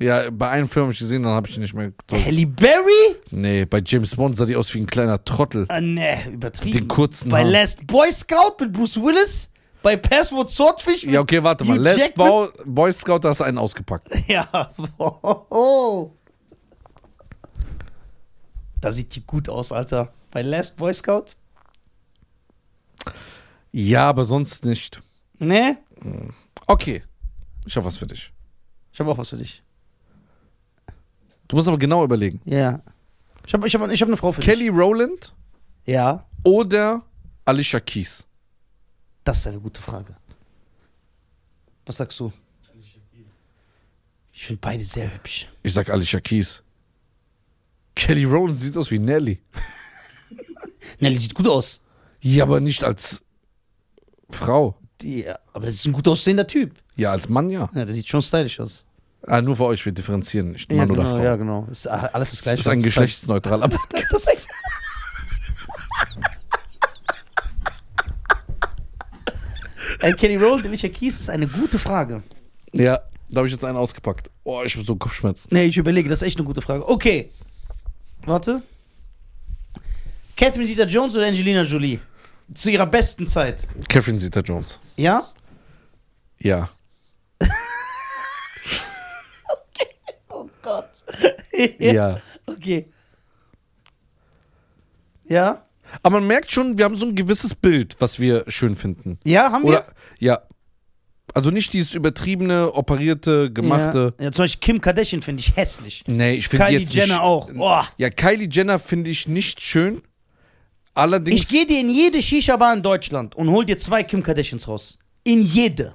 Speaker 2: Ja, bei einem Film habe ich gesehen, dann habe ich die nicht mehr getroffen.
Speaker 1: Halle Berry?
Speaker 2: Nee, bei James Bond sah die aus wie ein kleiner Trottel.
Speaker 1: Ah, nee, übertrieben.
Speaker 2: Den kurzen
Speaker 1: Bei
Speaker 2: Haaren.
Speaker 1: Last Boy Scout mit Bruce Willis? Bei Password Swordfish? Mit
Speaker 2: Ja, okay, warte mal.
Speaker 1: Hugh
Speaker 2: Last
Speaker 1: Jackman?
Speaker 2: Boy, Boy Scout, da hast du einen ausgepackt.
Speaker 1: Ja. Oh. Da sieht die gut aus, Alter. Bei Last Boy Scout?
Speaker 2: Ja, aber sonst nicht.
Speaker 1: Nee.
Speaker 2: Okay. Ich habe was für dich.
Speaker 1: Ich habe auch was für dich.
Speaker 2: Du musst aber genau überlegen.
Speaker 1: Ja. Ich habe ich hab, ich hab eine Frau für dich.
Speaker 2: Kelly Rowland
Speaker 1: Ja.
Speaker 2: oder Alicia Keys?
Speaker 1: Das ist eine gute Frage. Was sagst du? Ich finde beide sehr hübsch.
Speaker 2: Ich sag Alicia Keys. Kelly Rowland sieht aus wie Nelly.
Speaker 1: Nelly sieht gut aus.
Speaker 2: Ja, aber nicht als Frau.
Speaker 1: Die, aber das ist ein gut aussehender Typ.
Speaker 2: Ja, als Mann ja.
Speaker 1: Ja, der sieht schon stylisch aus.
Speaker 2: Ah, nur für euch, wir differenzieren nicht. Mann
Speaker 1: ja, genau,
Speaker 2: oder Frau.
Speaker 1: Ja, genau. Ist a- alles das
Speaker 2: Das
Speaker 1: gleiche.
Speaker 2: ist ein geschlechtsneutraler Podcast.
Speaker 1: Das ist- Ey, Kelly Rowland, Alicia Keys ist eine gute Frage.
Speaker 2: Ja, da habe ich jetzt einen ausgepackt. Oh, ich habe so Kopfschmerzen.
Speaker 1: Nee, ich überlege, das ist echt eine gute Frage. Okay. Warte. Catherine Zeta Jones oder Angelina Jolie? Zu ihrer besten Zeit.
Speaker 2: Catherine Zeta-Jones.
Speaker 1: Ja?
Speaker 2: Ja.
Speaker 1: Oh Gott.
Speaker 2: Ja.
Speaker 1: Okay. Ja?
Speaker 2: Aber man merkt schon, wir haben so ein gewisses Bild, was wir schön finden.
Speaker 1: Ja, haben
Speaker 2: Oder?
Speaker 1: wir?
Speaker 2: Ja. Also nicht dieses übertriebene, operierte, gemachte.
Speaker 1: Ja. ja, zum Beispiel Kim Kardashian finde ich hässlich.
Speaker 2: Nee, ich finde
Speaker 1: Kylie
Speaker 2: jetzt
Speaker 1: Jenner
Speaker 2: nicht,
Speaker 1: auch. Boah.
Speaker 2: Ja, Kylie Jenner finde ich nicht schön. Allerdings.
Speaker 1: Ich gehe dir in jede Shisha-Bar in Deutschland und hol dir zwei Kim Kardashians raus. In jede.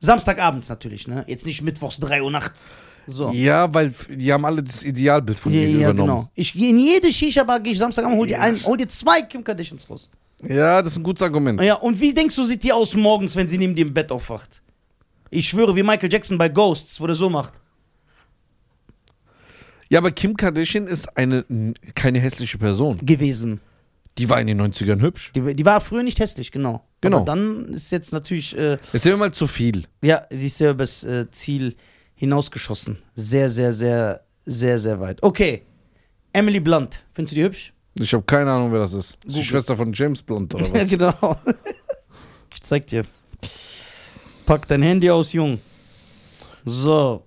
Speaker 1: Samstagabends natürlich, ne? Jetzt nicht mittwochs 3 Uhr nachts. So.
Speaker 2: Ja, weil f- die haben alle das Idealbild von ihr
Speaker 1: Ja,
Speaker 2: übernommen.
Speaker 1: genau. Ich gehe in jede Shisha-Bar, gehe ich Samstagabend, hol dir, einen, hol dir zwei Kim Kardashians raus.
Speaker 2: Ja, das ist ein gutes Argument.
Speaker 1: genau. Ja, und wie denkst du, sieht die aus morgens, wenn sie neben dir im Bett aufwacht? Ich schwöre, wie Michael Jackson bei Ghosts, wo der so macht.
Speaker 2: Ja, aber Kim Kardashian ist eine n- keine hässliche Person.
Speaker 1: Gewesen.
Speaker 2: Die war in den 90ern hübsch.
Speaker 1: Die, die war früher nicht hässlich, genau.
Speaker 2: Genau.
Speaker 1: Aber dann ist jetzt natürlich, äh,
Speaker 2: Jetzt sind wir mal zu viel.
Speaker 1: ja, sie ist sehr übers äh, Ziel hinausgeschossen. Sehr, sehr, sehr, sehr, sehr weit. Okay. Emily Blunt. Findest du die hübsch?
Speaker 2: Ich habe keine Ahnung, wer das ist. Ist
Speaker 1: Google.
Speaker 2: die Schwester von James Blunt oder
Speaker 1: Ja,
Speaker 2: was?
Speaker 1: genau. Ich zeig dir. Pack dein Handy aus, Jung. So.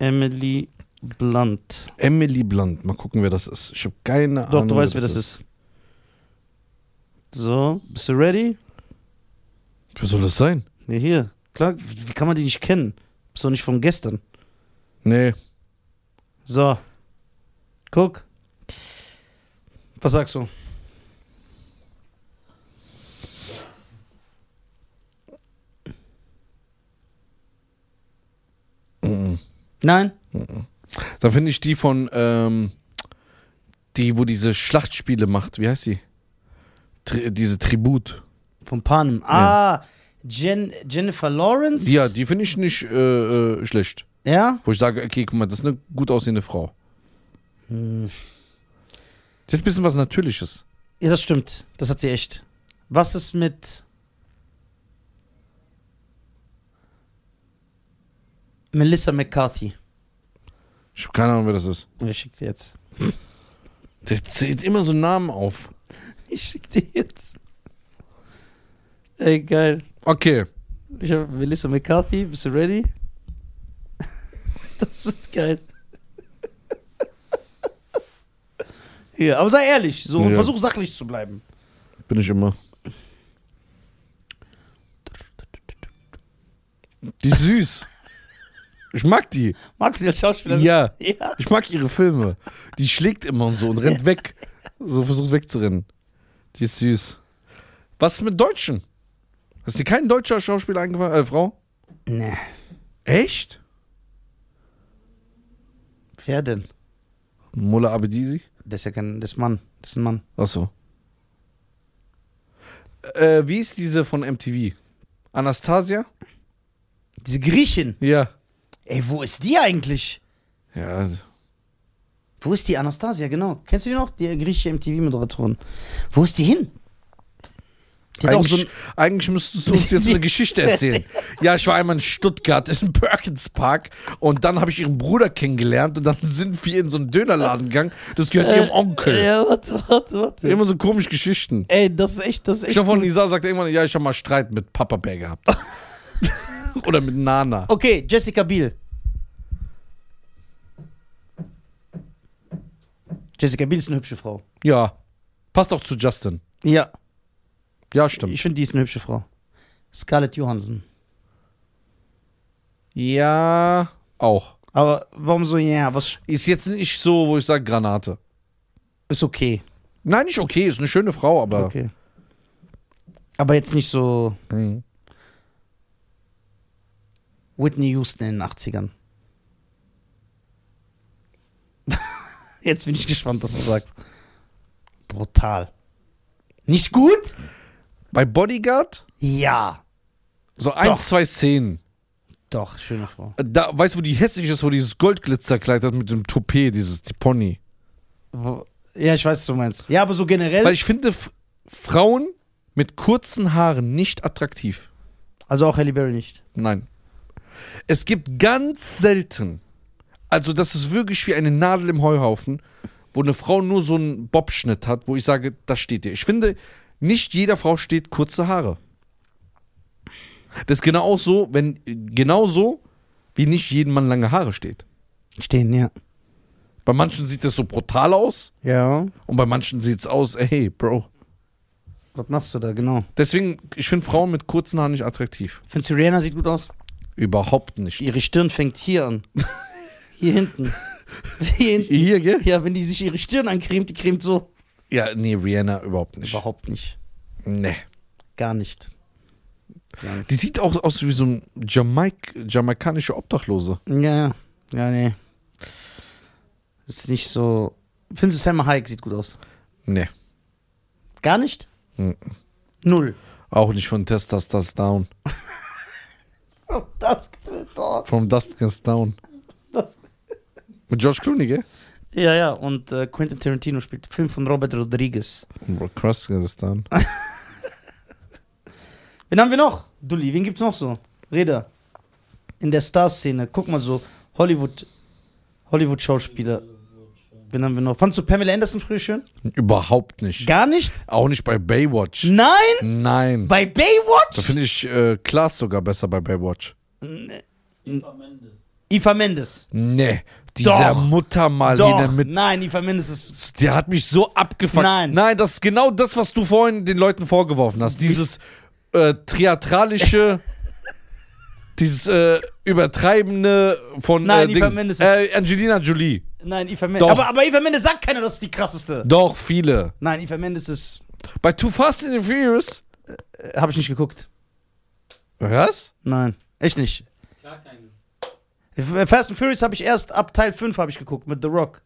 Speaker 1: Emily Blunt.
Speaker 2: Emily Blunt. Mal gucken, wer das ist. Ich habe keine
Speaker 1: Doch,
Speaker 2: Ahnung.
Speaker 1: du weißt, wer das ist. So, bist du ready?
Speaker 2: Wer soll das sein?
Speaker 1: Ja, hier. Klar, wie kann man die nicht kennen? Bist doch nicht von gestern.
Speaker 2: Nee.
Speaker 1: So. Guck. Was sagst du?
Speaker 2: Mhm.
Speaker 1: Nein?
Speaker 2: Da finde ich die von, ähm, die, wo diese Schlachtspiele macht. Wie heißt die? Tri diese Tribut.
Speaker 1: Von Panem. Ah, Jen Jennifer Lawrence?
Speaker 2: Ja, die finde ich nicht äh, äh, schlecht.
Speaker 1: Ja?
Speaker 2: Wo ich sage, okay, guck mal, das ist eine gut aussehende Frau. Die hat ein bisschen was Natürliches.
Speaker 1: Hm. Ja, das stimmt. Das hat sie echt. Was ist mit. Melissa McCarthy?
Speaker 2: Ich habe keine Ahnung, wer das ist.
Speaker 1: Ich schick dir jetzt.
Speaker 2: Der zählt immer so Namen auf.
Speaker 1: Ich schick dir jetzt. Ey, geil.
Speaker 2: Okay.
Speaker 1: Ich habe Melissa McCarthy. Bist du ready? Das wird geil. Ja, aber sei ehrlich so und
Speaker 2: Ja.
Speaker 1: versuch sachlich zu bleiben.
Speaker 2: Bin ich immer. Die ist süß. Ich mag die.
Speaker 1: Magst du die als Schauspieler?
Speaker 2: Ja.
Speaker 1: Ja.
Speaker 2: Ich mag ihre Filme. Die schlägt immer und so und rennt weg. So versucht wegzurennen. Die ist süß. Was ist mit Deutschen? Hast dir kein deutscher Schauspieler eingefallen? Äh, Frau?
Speaker 1: Nee.
Speaker 2: Echt?
Speaker 1: Wer denn?
Speaker 2: Mulla Abedisi?
Speaker 1: Das ist ja kein. Das ist Mann. Das ist ein Mann.
Speaker 2: Achso. Äh, wie ist diese von MTV? Anastasia?
Speaker 1: Diese Griechin.
Speaker 2: Ja.
Speaker 1: Ey, wo ist die eigentlich?
Speaker 2: Ja, also.
Speaker 1: Wo ist die Anastasia, genau? Kennst du die noch? Die griechische MTV-Moderatorin. Wo ist die hin? Die hat auch so ein,
Speaker 2: eigentlich, eigentlich müsstest du uns jetzt eine Geschichte erzählen. Ja, ich war einmal in Stuttgart im Perkins Park und dann habe ich ihren Bruder kennengelernt und dann sind wir in so einen Dönerladen gegangen. Das gehört ihrem Onkel.
Speaker 1: Äh, Ja, warte, warte, warte.
Speaker 2: Immer so komische Geschichten.
Speaker 1: Ey, das ist echt, das ist echt.
Speaker 2: Stefan Nisa sagt irgendwann, ja, ich habe mal Streit mit Papa Bär gehabt. Oder mit Nana.
Speaker 1: Okay, Jessica Biel. Jessica Biel ist eine hübsche Frau.
Speaker 2: Ja. Passt auch zu Justin.
Speaker 1: Ja.
Speaker 2: Ja, stimmt.
Speaker 1: Ich finde, die ist eine hübsche Frau. Scarlett Johansson.
Speaker 2: Ja, auch.
Speaker 1: Aber warum so, ja, was
Speaker 2: Ist jetzt nicht so, wo ich sage Granate.
Speaker 1: ist okay.
Speaker 2: Nein, nicht okay, ist eine schöne Frau, aber.
Speaker 1: Okay. Aber jetzt nicht so
Speaker 2: Mhm.
Speaker 1: Whitney Houston in den 80ern. jetzt bin ich gespannt, was du sagst. Brutal. Nicht gut?
Speaker 2: Bei Bodyguard
Speaker 1: Ja.
Speaker 2: so ein,
Speaker 1: Doch.
Speaker 2: zwei Szenen.
Speaker 1: Doch, schöne Frau.
Speaker 2: Da, weißt du, wo die hässlich ist, wo dieses Goldglitzerkleid hat mit dem Toupet, dieses die Pony.
Speaker 1: Wo- Ja, ich weiß, was du meinst. Ja, aber so generell.
Speaker 2: Weil ich finde F Frauen mit kurzen Haaren nicht attraktiv.
Speaker 1: also auch Halle Berry nicht.
Speaker 2: Nein. Es gibt ganz selten, also das ist wirklich wie eine Nadel im Heuhaufen, wo eine Frau nur so einen Bobschnitt hat, wo ich sage, das steht dir. Ich finde, nicht jeder Frau steht kurze Haare. Das ist genau auch so, wenn genau so, wie nicht jedem Mann lange Haare steht.
Speaker 1: Stehen, ja.
Speaker 2: Bei manchen sieht das so brutal aus
Speaker 1: Ja.
Speaker 2: und bei manchen sieht es aus, ey, Bro.
Speaker 1: Was machst du da, genau?
Speaker 2: Deswegen, ich finde Frauen mit kurzen Haaren nicht attraktiv.
Speaker 1: Findest du Rihanna sieht gut aus?
Speaker 2: Überhaupt nicht.
Speaker 1: Ihre Stirn fängt hier an. Hier hinten. Hier hinten.
Speaker 2: Hier, gell?
Speaker 1: Ja, wenn die sich ihre Stirn ancremt, die cremt so.
Speaker 2: Ja, nee, Rihanna überhaupt nicht.
Speaker 1: Überhaupt nicht.
Speaker 2: Nee.
Speaker 1: Gar nicht. Gar nicht.
Speaker 2: Die sieht auch aus wie so ein Jamaik jamaikanische Obdachlose.
Speaker 1: Ja, ja. Ja, nee. Ist nicht so. Findest du Selma Hayek sieht gut aus?
Speaker 2: Nee.
Speaker 1: Gar nicht?
Speaker 2: Mhm.
Speaker 1: Null.
Speaker 2: Auch nicht von Testas das Down.
Speaker 1: Oh, das gefällt dort.
Speaker 2: From Dust Gets Down.
Speaker 1: Das
Speaker 2: Mit George Clooney, gell?
Speaker 1: Ja, ja, und äh, Quentin Tarantino spielt Film von Robert Rodriguez.
Speaker 2: Crust Gets Down.
Speaker 1: Wen haben wir noch? Dulli, wen gibt's noch so? Reda. In der Star-Szene. Guck mal so, Hollywood. Hollywood-Schauspieler. Wen haben wir noch? Fandst du Pamela Anderson früher schön?
Speaker 2: Überhaupt nicht.
Speaker 1: Gar nicht?
Speaker 2: Auch nicht bei Baywatch.
Speaker 1: Nein?
Speaker 2: Nein.
Speaker 1: Bei
Speaker 2: Da
Speaker 1: Baywatch?
Speaker 2: finde ich äh, Klaas sogar besser bei Baywatch.
Speaker 3: Eva Mendes.
Speaker 1: Eva Mendes.
Speaker 2: Nee. Dieser
Speaker 1: Doch.
Speaker 2: Muttermaliner
Speaker 1: Doch.
Speaker 2: mit.
Speaker 1: Nein, Eva Mendes ist.
Speaker 2: Der hat mich so abgefuckt.
Speaker 1: Nein.
Speaker 2: Nein, das ist genau das, was du vorhin den Leuten vorgeworfen hast. Dieses äh, theatralische, dieses äh, übertreibende von
Speaker 1: Nein,
Speaker 2: äh,
Speaker 1: Eva Mendes ist-
Speaker 2: äh, Angelina Jolie.
Speaker 1: Nein, Eva Mendes.
Speaker 2: Doch.
Speaker 1: Aber, aber Eva Mendes sagt keiner, das ist die krasseste.
Speaker 2: Doch, viele.
Speaker 1: Nein, Eva Mendes ist.
Speaker 2: Bei Too Fast and the Furious.
Speaker 1: Äh, Habe ich nicht geguckt.
Speaker 2: Was?
Speaker 1: Nein, echt nicht.
Speaker 3: Gar keine.
Speaker 1: Fast and Furious habe ich erst ab Teil 5 habe ich geguckt mit The Rock.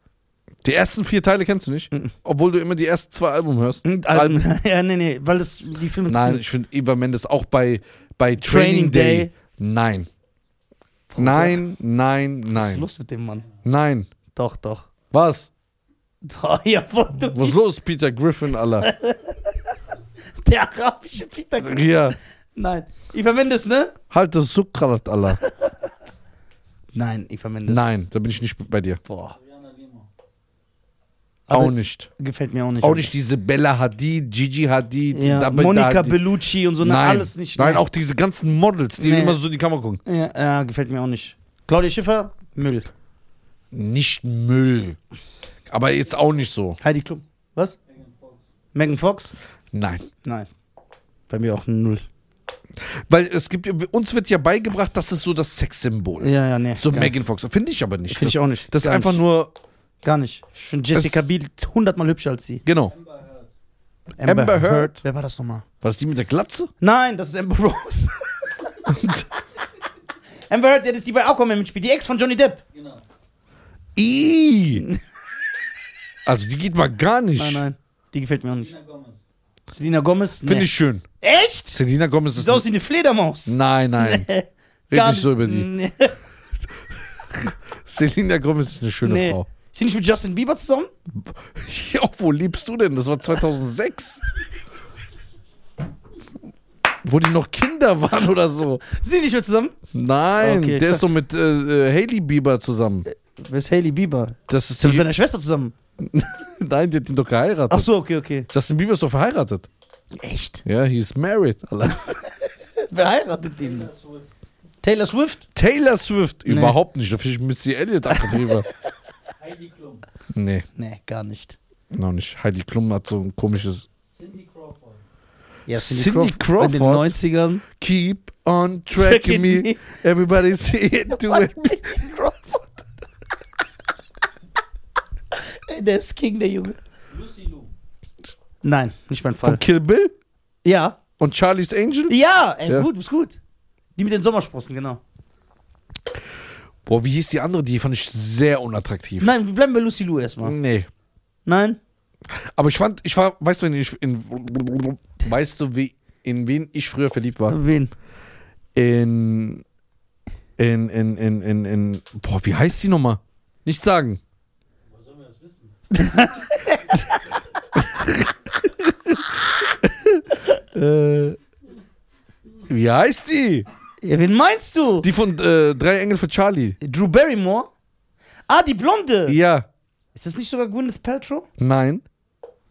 Speaker 2: Die ersten vier Teile kennst du nicht,
Speaker 1: Mhm.
Speaker 2: obwohl du immer die ersten zwei Alben hörst.
Speaker 1: Also, ja, nee, nee, weil das die Filme
Speaker 2: Nein, ich finde Eva Mendes auch bei, bei
Speaker 1: Training
Speaker 2: Training, Day.
Speaker 1: Day. Oh,
Speaker 2: Nein. Nein, nein,
Speaker 1: Was ist
Speaker 2: nein.
Speaker 1: los mit dem Mann?
Speaker 2: Nein.
Speaker 1: Doch, doch.
Speaker 2: Was?
Speaker 1: Doch, jawohl, du,
Speaker 2: Was ist los, Peter Griffin, Alter?
Speaker 1: der arabische Peter.
Speaker 2: Hier.
Speaker 1: Nein, Eva Mendes, ne?
Speaker 2: Halt das Sukkrat, Allah.
Speaker 1: Nein, Eva Mendes.
Speaker 2: Nein, da bin ich nicht bei dir.
Speaker 1: Boah.
Speaker 3: Ariana Lima.
Speaker 1: Aber
Speaker 2: auch nicht.
Speaker 1: Gefällt mir auch nicht.
Speaker 2: Auch nicht diese Bella Hadid, Gigi Hadid,
Speaker 1: Ja,
Speaker 2: Dabeda
Speaker 1: Monika
Speaker 2: Hadid.
Speaker 1: Bellucci und so, ne,
Speaker 2: Nein,
Speaker 1: alles nicht.
Speaker 2: Nein,
Speaker 1: ne?
Speaker 2: auch diese ganzen Models, die
Speaker 1: Nee.
Speaker 2: immer so in die Kamera gucken.
Speaker 1: Ja, ja, gefällt mir auch nicht. Claudia Schiffer, Müll.
Speaker 2: Nicht Müll. Aber jetzt auch nicht so.
Speaker 1: Heidi Klum. Was?
Speaker 3: Megan Fox.
Speaker 1: Megan Fox?
Speaker 2: Nein.
Speaker 1: Nein. Bei mir auch null.
Speaker 2: Weil es gibt, uns wird ja beigebracht, das ist so das Sexsymbol.
Speaker 1: Ja, ja, nee.
Speaker 2: So
Speaker 1: gar nicht.
Speaker 2: Megan Fox. Finde ich aber nicht.
Speaker 1: Finde ich auch nicht.
Speaker 2: das ist
Speaker 1: Gar
Speaker 2: einfach
Speaker 1: nicht.
Speaker 2: nur,
Speaker 1: Gar nicht. Ich finde Jessica Biel hundertmal hübscher als sie.
Speaker 2: genau.
Speaker 3: Amber Heard.
Speaker 2: Amber Heard.
Speaker 1: Wer war das nochmal?
Speaker 2: Was die mit der Glatze?
Speaker 1: Nein, das ist Amber Rose. Amber Heard, ja, das ist die bei Aquaman mitspielt. Die Ex von Johnny Depp.
Speaker 3: Genau.
Speaker 2: Ih. also die geht mal gar nicht.
Speaker 1: Nein, nein. Die gefällt mir auch nicht.
Speaker 3: Selena Gomez.
Speaker 1: Selena Gomez?
Speaker 2: Finde
Speaker 1: nee.
Speaker 2: ich schön.
Speaker 1: Echt?
Speaker 2: Selena Gomez ist
Speaker 1: Sieht aus wie Hm. eine Fledermaus.
Speaker 2: Nein, nein. Red
Speaker 1: Gar Hm.
Speaker 2: nicht so über sie.
Speaker 1: Nee.
Speaker 2: Selina Gomez ist eine schöne
Speaker 1: Nee.
Speaker 2: Frau.
Speaker 1: Ist sie nicht mit Justin Bieber zusammen?
Speaker 2: Ja, wo lebst du denn? Das war 2006. wo die noch Kinder waren oder so.
Speaker 1: Sind die nicht mehr zusammen?
Speaker 2: Nein,
Speaker 1: Okay,
Speaker 2: der
Speaker 1: klar.
Speaker 2: ist doch mit äh, äh, Hailey Bieber zusammen.
Speaker 1: Wer ist Hailey Bieber?
Speaker 2: Das ist
Speaker 1: Ist er mit
Speaker 2: die,
Speaker 1: seiner Schwester zusammen?
Speaker 2: nein, die hat ihn doch geheiratet.
Speaker 1: Ach so, okay, okay.
Speaker 2: Justin Bieber ist doch verheiratet.
Speaker 1: Echt?
Speaker 2: Ja, he is married. Alter.
Speaker 1: Wer heiratet ihn?
Speaker 3: Das wohl-
Speaker 1: Taylor Swift?
Speaker 2: Taylor Swift?
Speaker 1: Nee.
Speaker 2: Überhaupt nicht. Da finde ich Missy Elliott attraktiver.
Speaker 3: Heidi Klum,
Speaker 2: nee,
Speaker 1: Nee, gar nicht.
Speaker 2: noch nicht. Heidi Klum hat so ein komisches
Speaker 3: Cindy Crawford,
Speaker 1: Ja,
Speaker 2: Cindy Crawford?
Speaker 1: In den 90ern.
Speaker 2: Keep on tracking
Speaker 1: Tracking
Speaker 2: me.
Speaker 1: me.
Speaker 2: Everybody's here to it.
Speaker 1: Cindy Crawford. Ey, der ist King, der Junge.
Speaker 3: Lucy Lou,
Speaker 1: Nein, nicht mein Fall.
Speaker 2: Von Kill Bill
Speaker 1: Ja.
Speaker 2: und Charlie's Angel?
Speaker 1: Ja, ey,
Speaker 2: Ja.
Speaker 1: gut, ist gut. Die mit den Sommersprossen, genau.
Speaker 2: Boah, wie hieß die andere? Die fand ich sehr unattraktiv.
Speaker 1: Nein, wir bleiben bei Lucy Lou erstmal.
Speaker 2: Nee.
Speaker 1: Nein?
Speaker 2: Aber ich fand, ich war, weißt du, wenn ich in, weißt du, wie, in wen ich früher verliebt war?
Speaker 1: Wen?
Speaker 2: In, in, in, in, in, in, boah, wie heißt die nochmal? Nicht sagen.
Speaker 3: wo sollen wir das wissen?
Speaker 2: Äh, wie heißt die?
Speaker 1: Ja, wen meinst du?
Speaker 2: Die von äh, Drei Engel für Charlie.
Speaker 1: Drew Barrymore? Ah, die Blonde.
Speaker 2: Ja.
Speaker 1: Ist das nicht sogar Gwyneth Paltrow?
Speaker 2: Nein.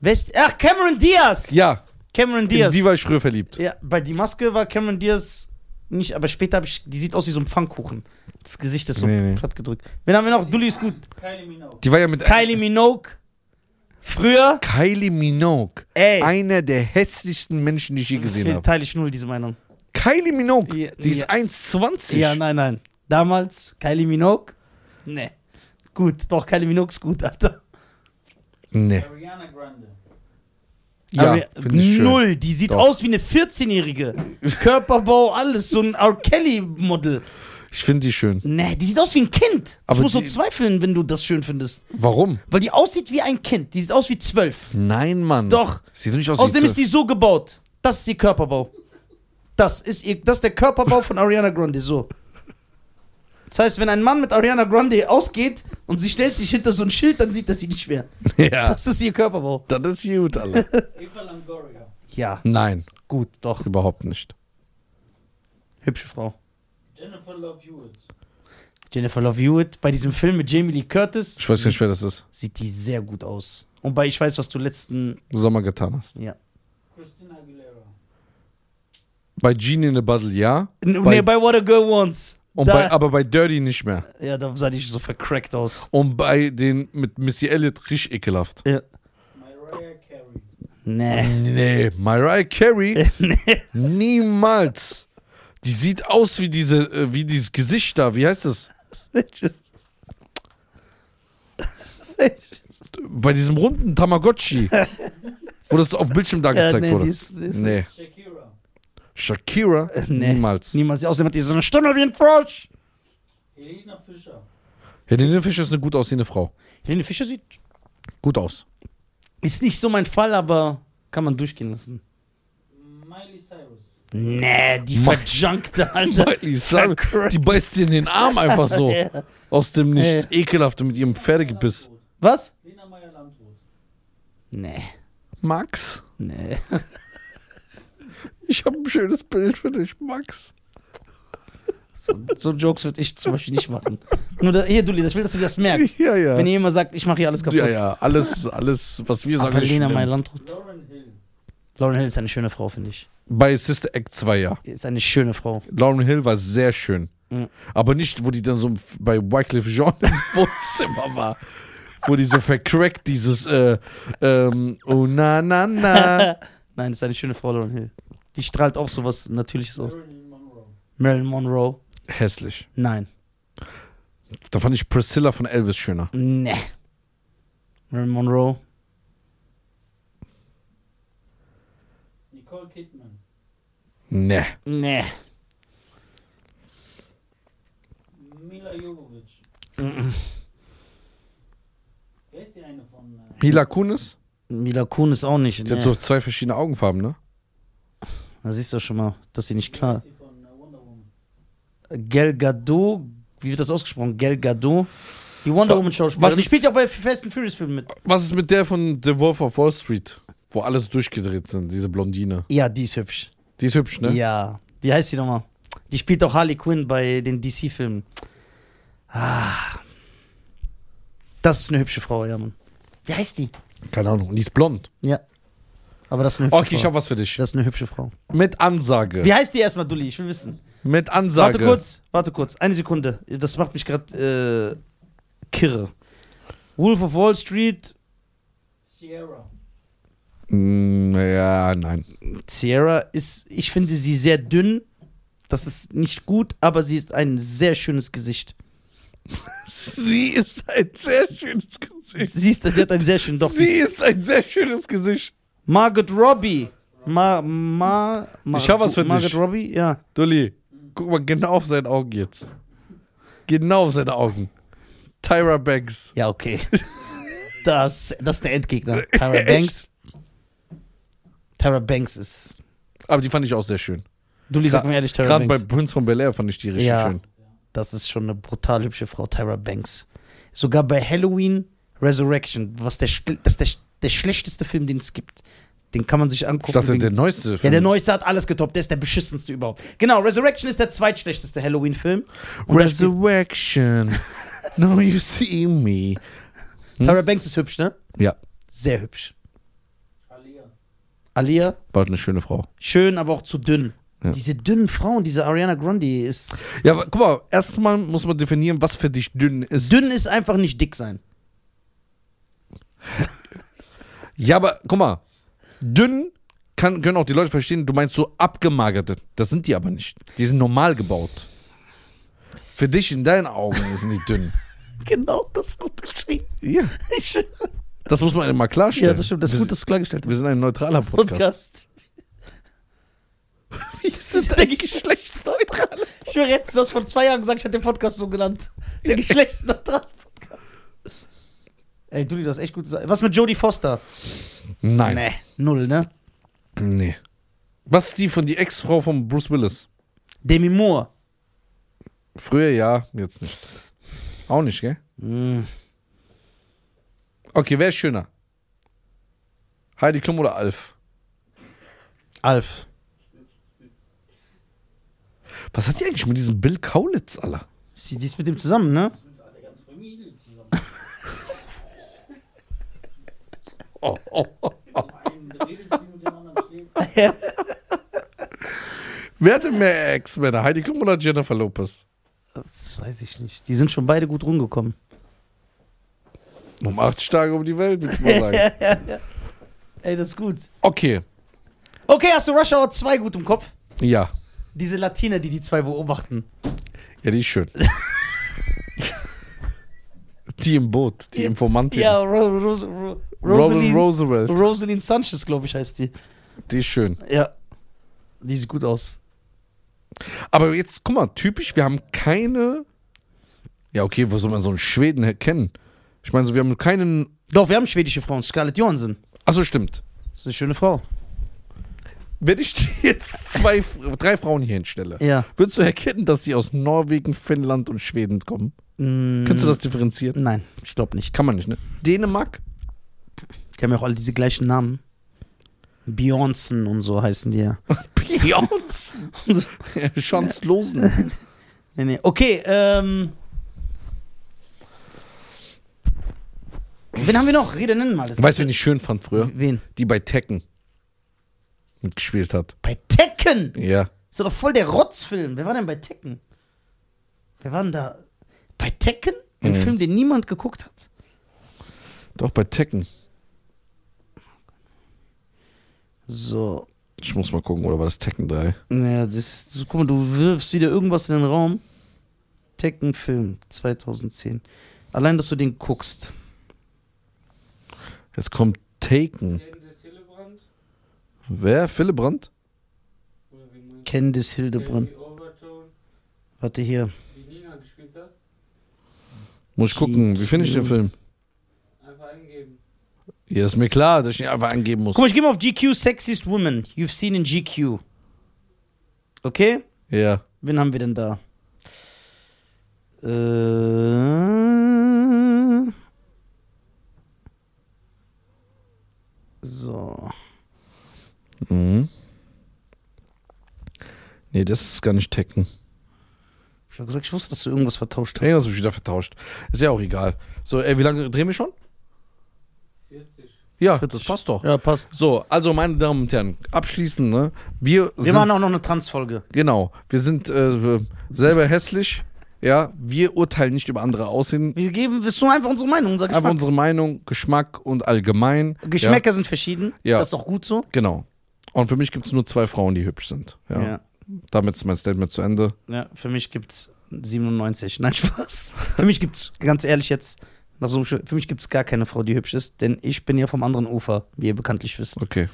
Speaker 1: Wer ist, ach, Cameron Diaz.
Speaker 2: Ja.
Speaker 1: Cameron
Speaker 2: In
Speaker 1: Diaz.
Speaker 2: die war ich früher verliebt.
Speaker 1: Ja, bei die Maske war Cameron Diaz nicht, aber später habe ich, die sieht aus wie so ein Pfannkuchen. Das Gesicht ist so
Speaker 2: Nee, nee.
Speaker 1: platt gedrückt. Wen haben wir noch? Dulli ist gut.
Speaker 3: Kylie Minogue,
Speaker 2: Die war ja mit
Speaker 1: Kylie Minogue. Früher.
Speaker 2: Kylie Minogue.
Speaker 1: Ey.
Speaker 2: Einer der hässlichsten Menschen, die ich je gesehen habe.
Speaker 1: Teile ich null diese Meinung.
Speaker 2: Kylie Minogue,
Speaker 1: Ja,
Speaker 2: die ist
Speaker 1: ja.
Speaker 2: 1,20.
Speaker 1: Ja, nein, nein. Damals Kylie Minogue. Nee. Gut, doch, Kylie Minogue ist gut, Alter.
Speaker 2: nee.
Speaker 3: Ariana Grande,
Speaker 2: Ja,
Speaker 1: Aber
Speaker 2: finde ich schön.
Speaker 1: Null, die sieht
Speaker 2: Doch.
Speaker 1: aus wie eine 14-Jährige. Körperbau, alles, so ein R. Kelly-Model.
Speaker 2: Ich finde die schön.
Speaker 1: Nee, die sieht aus wie ein Kind.
Speaker 2: Aber
Speaker 1: ich muss so
Speaker 2: die-
Speaker 1: zweifeln, wenn du das schön findest.
Speaker 2: Warum?
Speaker 1: Weil die aussieht wie ein Kind. Die sieht aus wie
Speaker 2: Hm.
Speaker 1: zwölf.
Speaker 2: Nein, Mann.
Speaker 1: Doch.
Speaker 2: Sieht nicht aus
Speaker 1: Außerdem
Speaker 2: wie
Speaker 1: ist die so gebaut. Das ist ihr Körperbau. Das ist, ihr, das ist der Körperbau von Ariana Grande, so. Das heißt, wenn ein Mann mit Ariana Grande ausgeht und sie stellt sich hinter so ein Schild, dann sieht das sie nicht mehr.
Speaker 2: Ja.
Speaker 1: Das ist ihr Körperbau.
Speaker 2: Das ist gut, Alter.
Speaker 3: Eva Longoria,
Speaker 1: Ja,
Speaker 2: Nein,
Speaker 1: gut, doch.
Speaker 2: überhaupt nicht.
Speaker 1: Hübsche Frau.
Speaker 3: Jennifer Love Hewitt,
Speaker 1: Jennifer Love Hewitt, bei diesem Film mit Jamie Lee Curtis
Speaker 2: Ich weiß nicht, wer das ist.
Speaker 1: sieht die sehr gut aus. Und bei Ich weiß, was du letzten.
Speaker 2: Sommer getan hast.
Speaker 1: Ja.
Speaker 3: Christina Aguilera,
Speaker 2: Bei Genie in a Bottle ja.
Speaker 1: N-
Speaker 2: Bei-
Speaker 1: nee, bei What a Girl Wants.
Speaker 2: Und
Speaker 1: da,
Speaker 2: bei, aber bei Dirty nicht mehr.
Speaker 1: ja, da sah die so vercrackt aus.
Speaker 2: Und bei den mit Missy Elliott richtig ekelhaft.
Speaker 1: Ja.
Speaker 3: Mariah Carey,
Speaker 1: Nee.
Speaker 2: Nee, Mariah Carey
Speaker 1: Äh. nee.
Speaker 2: niemals. Die sieht aus wie diese, äh, wie dieses Gesicht da. Wie heißt das?
Speaker 1: Welches? Welches?
Speaker 2: Bei diesem runden Tamagotchi, wo das auf Bildschirm da gezeigt
Speaker 1: nee,
Speaker 2: wurde.
Speaker 1: die ist- die ist-
Speaker 2: nee.
Speaker 3: Shakira,
Speaker 2: Shakira?
Speaker 1: Nee.
Speaker 2: Niemals.
Speaker 1: Niemals. Außerdem hat die so eine Stimme wie ein Frosch.
Speaker 3: Helena Fischer,
Speaker 2: Helene Fischer ist eine gut aussehende Frau.
Speaker 1: Helene Fischer sieht.
Speaker 2: Gut aus.
Speaker 1: Ist nicht so mein Fall, aber kann man durchgehen lassen.
Speaker 3: Miley Cyrus,
Speaker 1: Nee, die
Speaker 2: Mach-
Speaker 1: verjunkte, Alter.
Speaker 2: Miley Cyrus, die beißt dir in den Arm einfach so.
Speaker 1: Ja.
Speaker 2: Aus dem Nichts. Ekelhafte mit ihrem Pferdegebiss.
Speaker 3: Landrut,
Speaker 1: Was?
Speaker 3: Lena Meyer Landrut,
Speaker 1: Nee.
Speaker 2: Max?
Speaker 1: Nee.
Speaker 2: Ich habe ein schönes Bild für dich, Max.
Speaker 1: So, so Jokes würde ich zum Beispiel nicht machen. Nur da, hier, Dulli, das will, dass du das merkst.
Speaker 2: Ja, ja.
Speaker 1: Wenn ihr immer sagt, ich mache hier alles kaputt.
Speaker 2: Ja, ja. Alles, alles was wir sagen,
Speaker 1: Aber
Speaker 2: ist
Speaker 1: Lena
Speaker 2: schlimm.
Speaker 1: Meyer-Landrut.
Speaker 3: Lauren Hill,
Speaker 1: Lauren Hill ist eine schöne Frau, finde ich.
Speaker 2: Bei Sister Act 2, ja.
Speaker 1: Ist eine schöne Frau.
Speaker 2: Lauren Hill war sehr schön.
Speaker 1: Mhm.
Speaker 2: Aber nicht, wo die dann so bei Wycliffe Jean im Wohnzimmer war. Wo die so vercrackt dieses äh, ähm, oh na na na.
Speaker 1: Nein, ist eine schöne Frau, Lauren Hill. Die strahlt auch sowas Natürliches aus.
Speaker 3: Marilyn Monroe,
Speaker 1: Marilyn Monroe.
Speaker 2: Hässlich.
Speaker 1: Nein.
Speaker 2: Da fand ich Priscilla von Elvis schöner.
Speaker 1: Nee. Marilyn Monroe.
Speaker 3: Nicole Kidman,
Speaker 2: Ne.
Speaker 1: Nee.
Speaker 3: Mila Jovovich,
Speaker 1: Mhm.
Speaker 3: wer ist die eine von, äh,
Speaker 2: Mila Kunis?
Speaker 1: Mila Kunis auch nicht.
Speaker 2: Die
Speaker 1: Nee.
Speaker 2: hat so zwei verschiedene Augenfarben, ne?
Speaker 1: Da siehst du schon mal, dass sie nicht
Speaker 3: wer
Speaker 1: klar.
Speaker 3: ist die von äh, Wonder Woman,
Speaker 1: Gal Gadot, wie wird das ausgesprochen? Gal Gadot. Die Wonder
Speaker 2: Wa-
Speaker 1: Woman Schauspielerin.
Speaker 2: was
Speaker 1: Die
Speaker 2: ist-
Speaker 1: spielt ja auch bei Fast and Furious Filmen mit.
Speaker 2: Was ist mit der von The Wolf of Wall Street? Wo alles durchgedreht sind, diese Blondine.
Speaker 1: Ja, die ist hübsch.
Speaker 2: Die ist hübsch, ne?
Speaker 1: Ja. Wie heißt die nochmal? Die spielt auch Harley Quinn bei den DC-Filmen. Ah. Das ist eine hübsche Frau, ja, Mann. Wie heißt die?
Speaker 2: Keine Ahnung. Und die ist blond.
Speaker 1: Ja. Aber das ist eine hübsche
Speaker 2: Okay, ich
Speaker 1: Frau.
Speaker 2: hab was für dich.
Speaker 1: Das ist eine hübsche Frau.
Speaker 2: Mit Ansage.
Speaker 1: Wie heißt die erstmal, Dulli? Ich will wissen.
Speaker 2: Mit Ansage.
Speaker 1: Warte kurz, warte kurz. Eine Sekunde. Das macht mich gerade äh, kirre. Wolf of Wall Street,
Speaker 3: Sierra.
Speaker 2: Mm, ja, nein.
Speaker 1: Sierra ist, ich finde sie sehr dünn. Das ist nicht gut, aber sie ist ein sehr schönes Gesicht.
Speaker 2: Sie ist ein sehr schönes Gesicht.
Speaker 1: Sie, ist, sie hat ein sehr schönes Doch.
Speaker 2: Sie ist ein sehr schönes Gesicht.
Speaker 1: Margaret Robbie. Ma, ma, ma,
Speaker 2: Ich hab was für dich.
Speaker 1: Margaret Robbie, ja.
Speaker 2: Dulli, guck mal genau auf seine Augen jetzt. Genau auf seine Augen. Tyra Banks.
Speaker 1: Ja, okay. Das, das ist der Endgegner. Tyra Banks. Tyra Banks ist.
Speaker 2: Aber die fand ich auch sehr schön.
Speaker 1: Du, Lisa,
Speaker 2: Gra-
Speaker 1: komm ehrlich, Tyra
Speaker 2: Gerade bei
Speaker 1: Banks.
Speaker 2: Prince von Bel Air fand ich die richtig
Speaker 1: Ja.
Speaker 2: schön.
Speaker 1: Das ist schon eine brutal hübsche Frau, Tyra Banks. Sogar bei Halloween Resurrection, was der, schl- das ist der, sch- der schlechteste Film, den es gibt. Den kann man sich angucken.
Speaker 2: Ich dachte,
Speaker 1: wegen-
Speaker 2: der neueste
Speaker 1: ja,
Speaker 2: Film.
Speaker 1: der neueste hat alles getoppt. Der ist der beschissenste überhaupt. Genau, Resurrection ist der zweitschlechteste Halloween-Film. Und da spielt-
Speaker 2: Resurrection. Now you see me. Hm?
Speaker 1: Tyra Banks ist hübsch, ne?
Speaker 2: Ja,
Speaker 1: Sehr hübsch.
Speaker 3: Alia.
Speaker 1: Alia,
Speaker 2: war halt eine schöne Frau.
Speaker 1: schön, aber auch zu dünn.
Speaker 2: Ja.
Speaker 1: Diese dünnen Frauen, diese Ariana Grande ist.
Speaker 2: Ja, aber guck mal, erstmal muss man definieren, was für dich dünn ist.
Speaker 1: Dünn ist einfach nicht dick sein.
Speaker 2: Ja, aber guck mal, dünn kann, können auch die Leute verstehen, du meinst so abgemagerte. Das sind die aber nicht. Die sind normal gebaut. Für dich in deinen Augen sind die dünn.
Speaker 1: Genau, das ist gut geschrieben.
Speaker 2: ja.
Speaker 1: Ich,
Speaker 2: Das muss man immer klarstellen.
Speaker 1: ja, das stimmt. Das ist
Speaker 2: wir,
Speaker 1: gut, dass du klargestellt
Speaker 2: wir sind ein neutraler
Speaker 1: hast.
Speaker 2: Podcast.
Speaker 1: Podcast.
Speaker 2: Wir sind ein geschlechtsneutral.
Speaker 1: Ich schwöre jetzt, du hast vor zwei Jahren gesagt, ich hätte den Podcast so genannt. Der geschlechtsneutrale Podcast. Ey, Dulli, du hast echt gut gesagt. Was mit Jodie Foster?
Speaker 2: Nein. Nee.
Speaker 1: Nee, null, ne?
Speaker 2: Was ist die von die Ex-Frau von Bruce Willis?
Speaker 1: Demi Moore.
Speaker 2: Früher ja, jetzt nicht. Auch nicht, gell?
Speaker 1: Hm,
Speaker 2: Okay, wer ist schöner? Heidi Klum oder Alf?
Speaker 1: Alf.
Speaker 2: Was hat die eigentlich mit diesem Bill Kaulitz, Alter?
Speaker 1: Sie, die ist mit dem zusammen, ne?
Speaker 3: Das ist mit der ganzen Familie zusammen.
Speaker 2: Oh, oh, oh.
Speaker 3: Mit dem einen redet sie, mit dem anderen schläft.
Speaker 2: Wer hatte mehr Ex-Männer? Heidi Klum oder Jennifer Lopez?
Speaker 1: Das weiß ich nicht. Die sind schon beide gut rumgekommen.
Speaker 2: Um acht Tage um die Welt, würde ich mal sagen.
Speaker 1: Ey, das ist gut.
Speaker 2: Okay,
Speaker 1: Okay, hast du Rush Hour 2 gut im Kopf?
Speaker 2: ja.
Speaker 1: Diese Latine, die die zwei beobachten.
Speaker 2: Ja, die ist schön. die im Boot, die Informantin.
Speaker 1: Ja, Ro Ro Ro
Speaker 2: Robin
Speaker 1: Rosaline,
Speaker 2: Roosevelt,
Speaker 1: Rosaline Sanchez, glaube ich, heißt die.
Speaker 2: die ist schön.
Speaker 1: Ja. Die sieht gut aus.
Speaker 2: Aber jetzt, guck mal, typisch, wir haben keine. Ja, okay, wo soll man so einen Schweden her- kennen? Ich meine, so, wir haben keinen.
Speaker 1: Doch, wir haben schwedische Frauen. Scarlett Johansson.
Speaker 2: Achso, stimmt.
Speaker 1: Das ist eine schöne Frau.
Speaker 2: Wenn ich dir jetzt zwei, drei Frauen hier hinstelle,
Speaker 1: Ja.
Speaker 2: würdest du erkennen, dass sie aus Norwegen, Finnland und Schweden kommen?
Speaker 1: Mm,
Speaker 2: Kannst du das differenzieren?
Speaker 1: Nein, ich glaube nicht.
Speaker 2: Kann man nicht, ne? Dänemark?
Speaker 1: Die haben ja auch alle diese gleichen Namen. Bjornsen und so heißen die ja.
Speaker 2: Björns. Schons Losen.
Speaker 1: Nee, nee. Okay, ähm. Wen haben wir noch? Rede nennen mal. Das
Speaker 2: Weißt du, wen ich ne? schön fand früher?
Speaker 1: Wen?
Speaker 2: Die bei Tekken mitgespielt hat.
Speaker 1: Bei Tekken!
Speaker 2: Ja.
Speaker 1: Ist doch voll der Rotzfilm. Wer war denn bei Tekken? Wer war denn da? Bei Tekken? Ein
Speaker 2: Mhm.
Speaker 1: Film, den niemand geguckt hat?
Speaker 2: Doch, bei Tekken.
Speaker 1: So.
Speaker 2: Ich muss mal gucken, oder war das Tekken 3?
Speaker 1: Naja, das, so, guck mal, du wirfst wieder irgendwas in den Raum. Tekken-Film 2010. Allein, dass du den guckst.
Speaker 2: Jetzt kommt Taken.
Speaker 3: Kennt ihr Hillebrand?
Speaker 2: Wer? Brandt?
Speaker 3: Oder wie man
Speaker 1: Candice Hildebrand.
Speaker 3: Kelly Overton,
Speaker 1: Warte hier.
Speaker 3: die Nina gespielt hat.
Speaker 2: Muss ich gucken, wie finde ich den Film?
Speaker 3: Einfach eingeben.
Speaker 2: Ja, ist mir klar, dass ich ihn einfach angeben muss.
Speaker 1: Guck mal, ich gehe mal auf GQ Sexiest Woman. You've seen in GQ. Okay?
Speaker 2: Ja.
Speaker 1: Wen haben wir denn da? Äh, so.
Speaker 2: Mhm. Nee, das ist gar nicht Tekken.
Speaker 1: Ich habe gesagt, ich wusste, dass du irgendwas vertauscht
Speaker 2: Hey,
Speaker 1: hast.
Speaker 2: das hab ich wieder vertauscht. Ist ja auch egal. So, ey, wie lange drehen wir schon?
Speaker 3: 40.
Speaker 2: Ja, das
Speaker 1: 40.
Speaker 2: passt doch.
Speaker 1: Ja, passt.
Speaker 2: So, also meine Damen und Herren, abschließend, ne? Wir,
Speaker 1: Wir machen auch noch eine Transfolge.
Speaker 2: Genau, wir sind äh, selber hässlich. Ja, wir urteilen nicht über andere Aussehen.
Speaker 1: Wir geben, wir tun einfach unsere Meinung, unser
Speaker 2: Einfach
Speaker 1: Geschmack.
Speaker 2: unsere Meinung, Geschmack und allgemein.
Speaker 1: Geschmäcker sind verschieden.
Speaker 2: Ja.
Speaker 1: Das ist auch gut so.
Speaker 2: Ja, genau. Und für mich gibt es nur zwei Frauen, die hübsch sind. Ja.
Speaker 1: Ja.
Speaker 2: Damit ist mein Statement zu Ende.
Speaker 1: ja. Für mich gibt's 97. Nein, Spaß. für mich gibt's, ganz ehrlich jetzt, nach so einem Sch- für mich gibt's gar keine Frau, die hübsch ist, denn ich bin ja vom anderen Ufer, wie ihr bekanntlich wisst.
Speaker 2: Okay.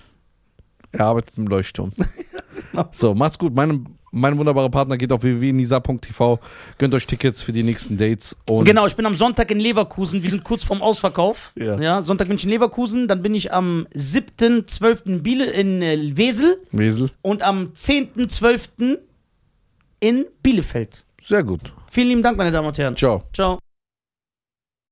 Speaker 2: Er arbeitet im Leuchtturm. so, macht's gut. Meine, mein wunderbarer Partner geht auf www.nisa.tv. Gönnt euch Tickets für die nächsten Dates. Und
Speaker 1: Genau, ich bin am Sonntag in Leverkusen. Wir sind kurz vorm Ausverkauf.
Speaker 2: Ja.
Speaker 1: Sonntag bin ich in Leverkusen. Dann bin ich am 7.12. in Biele in äh, Wesel
Speaker 2: Wesel.
Speaker 1: und am 10.12. in Bielefeld.
Speaker 2: Sehr gut.
Speaker 1: Vielen lieben Dank, meine Damen und Herren.
Speaker 2: Ciao.
Speaker 1: Ciao.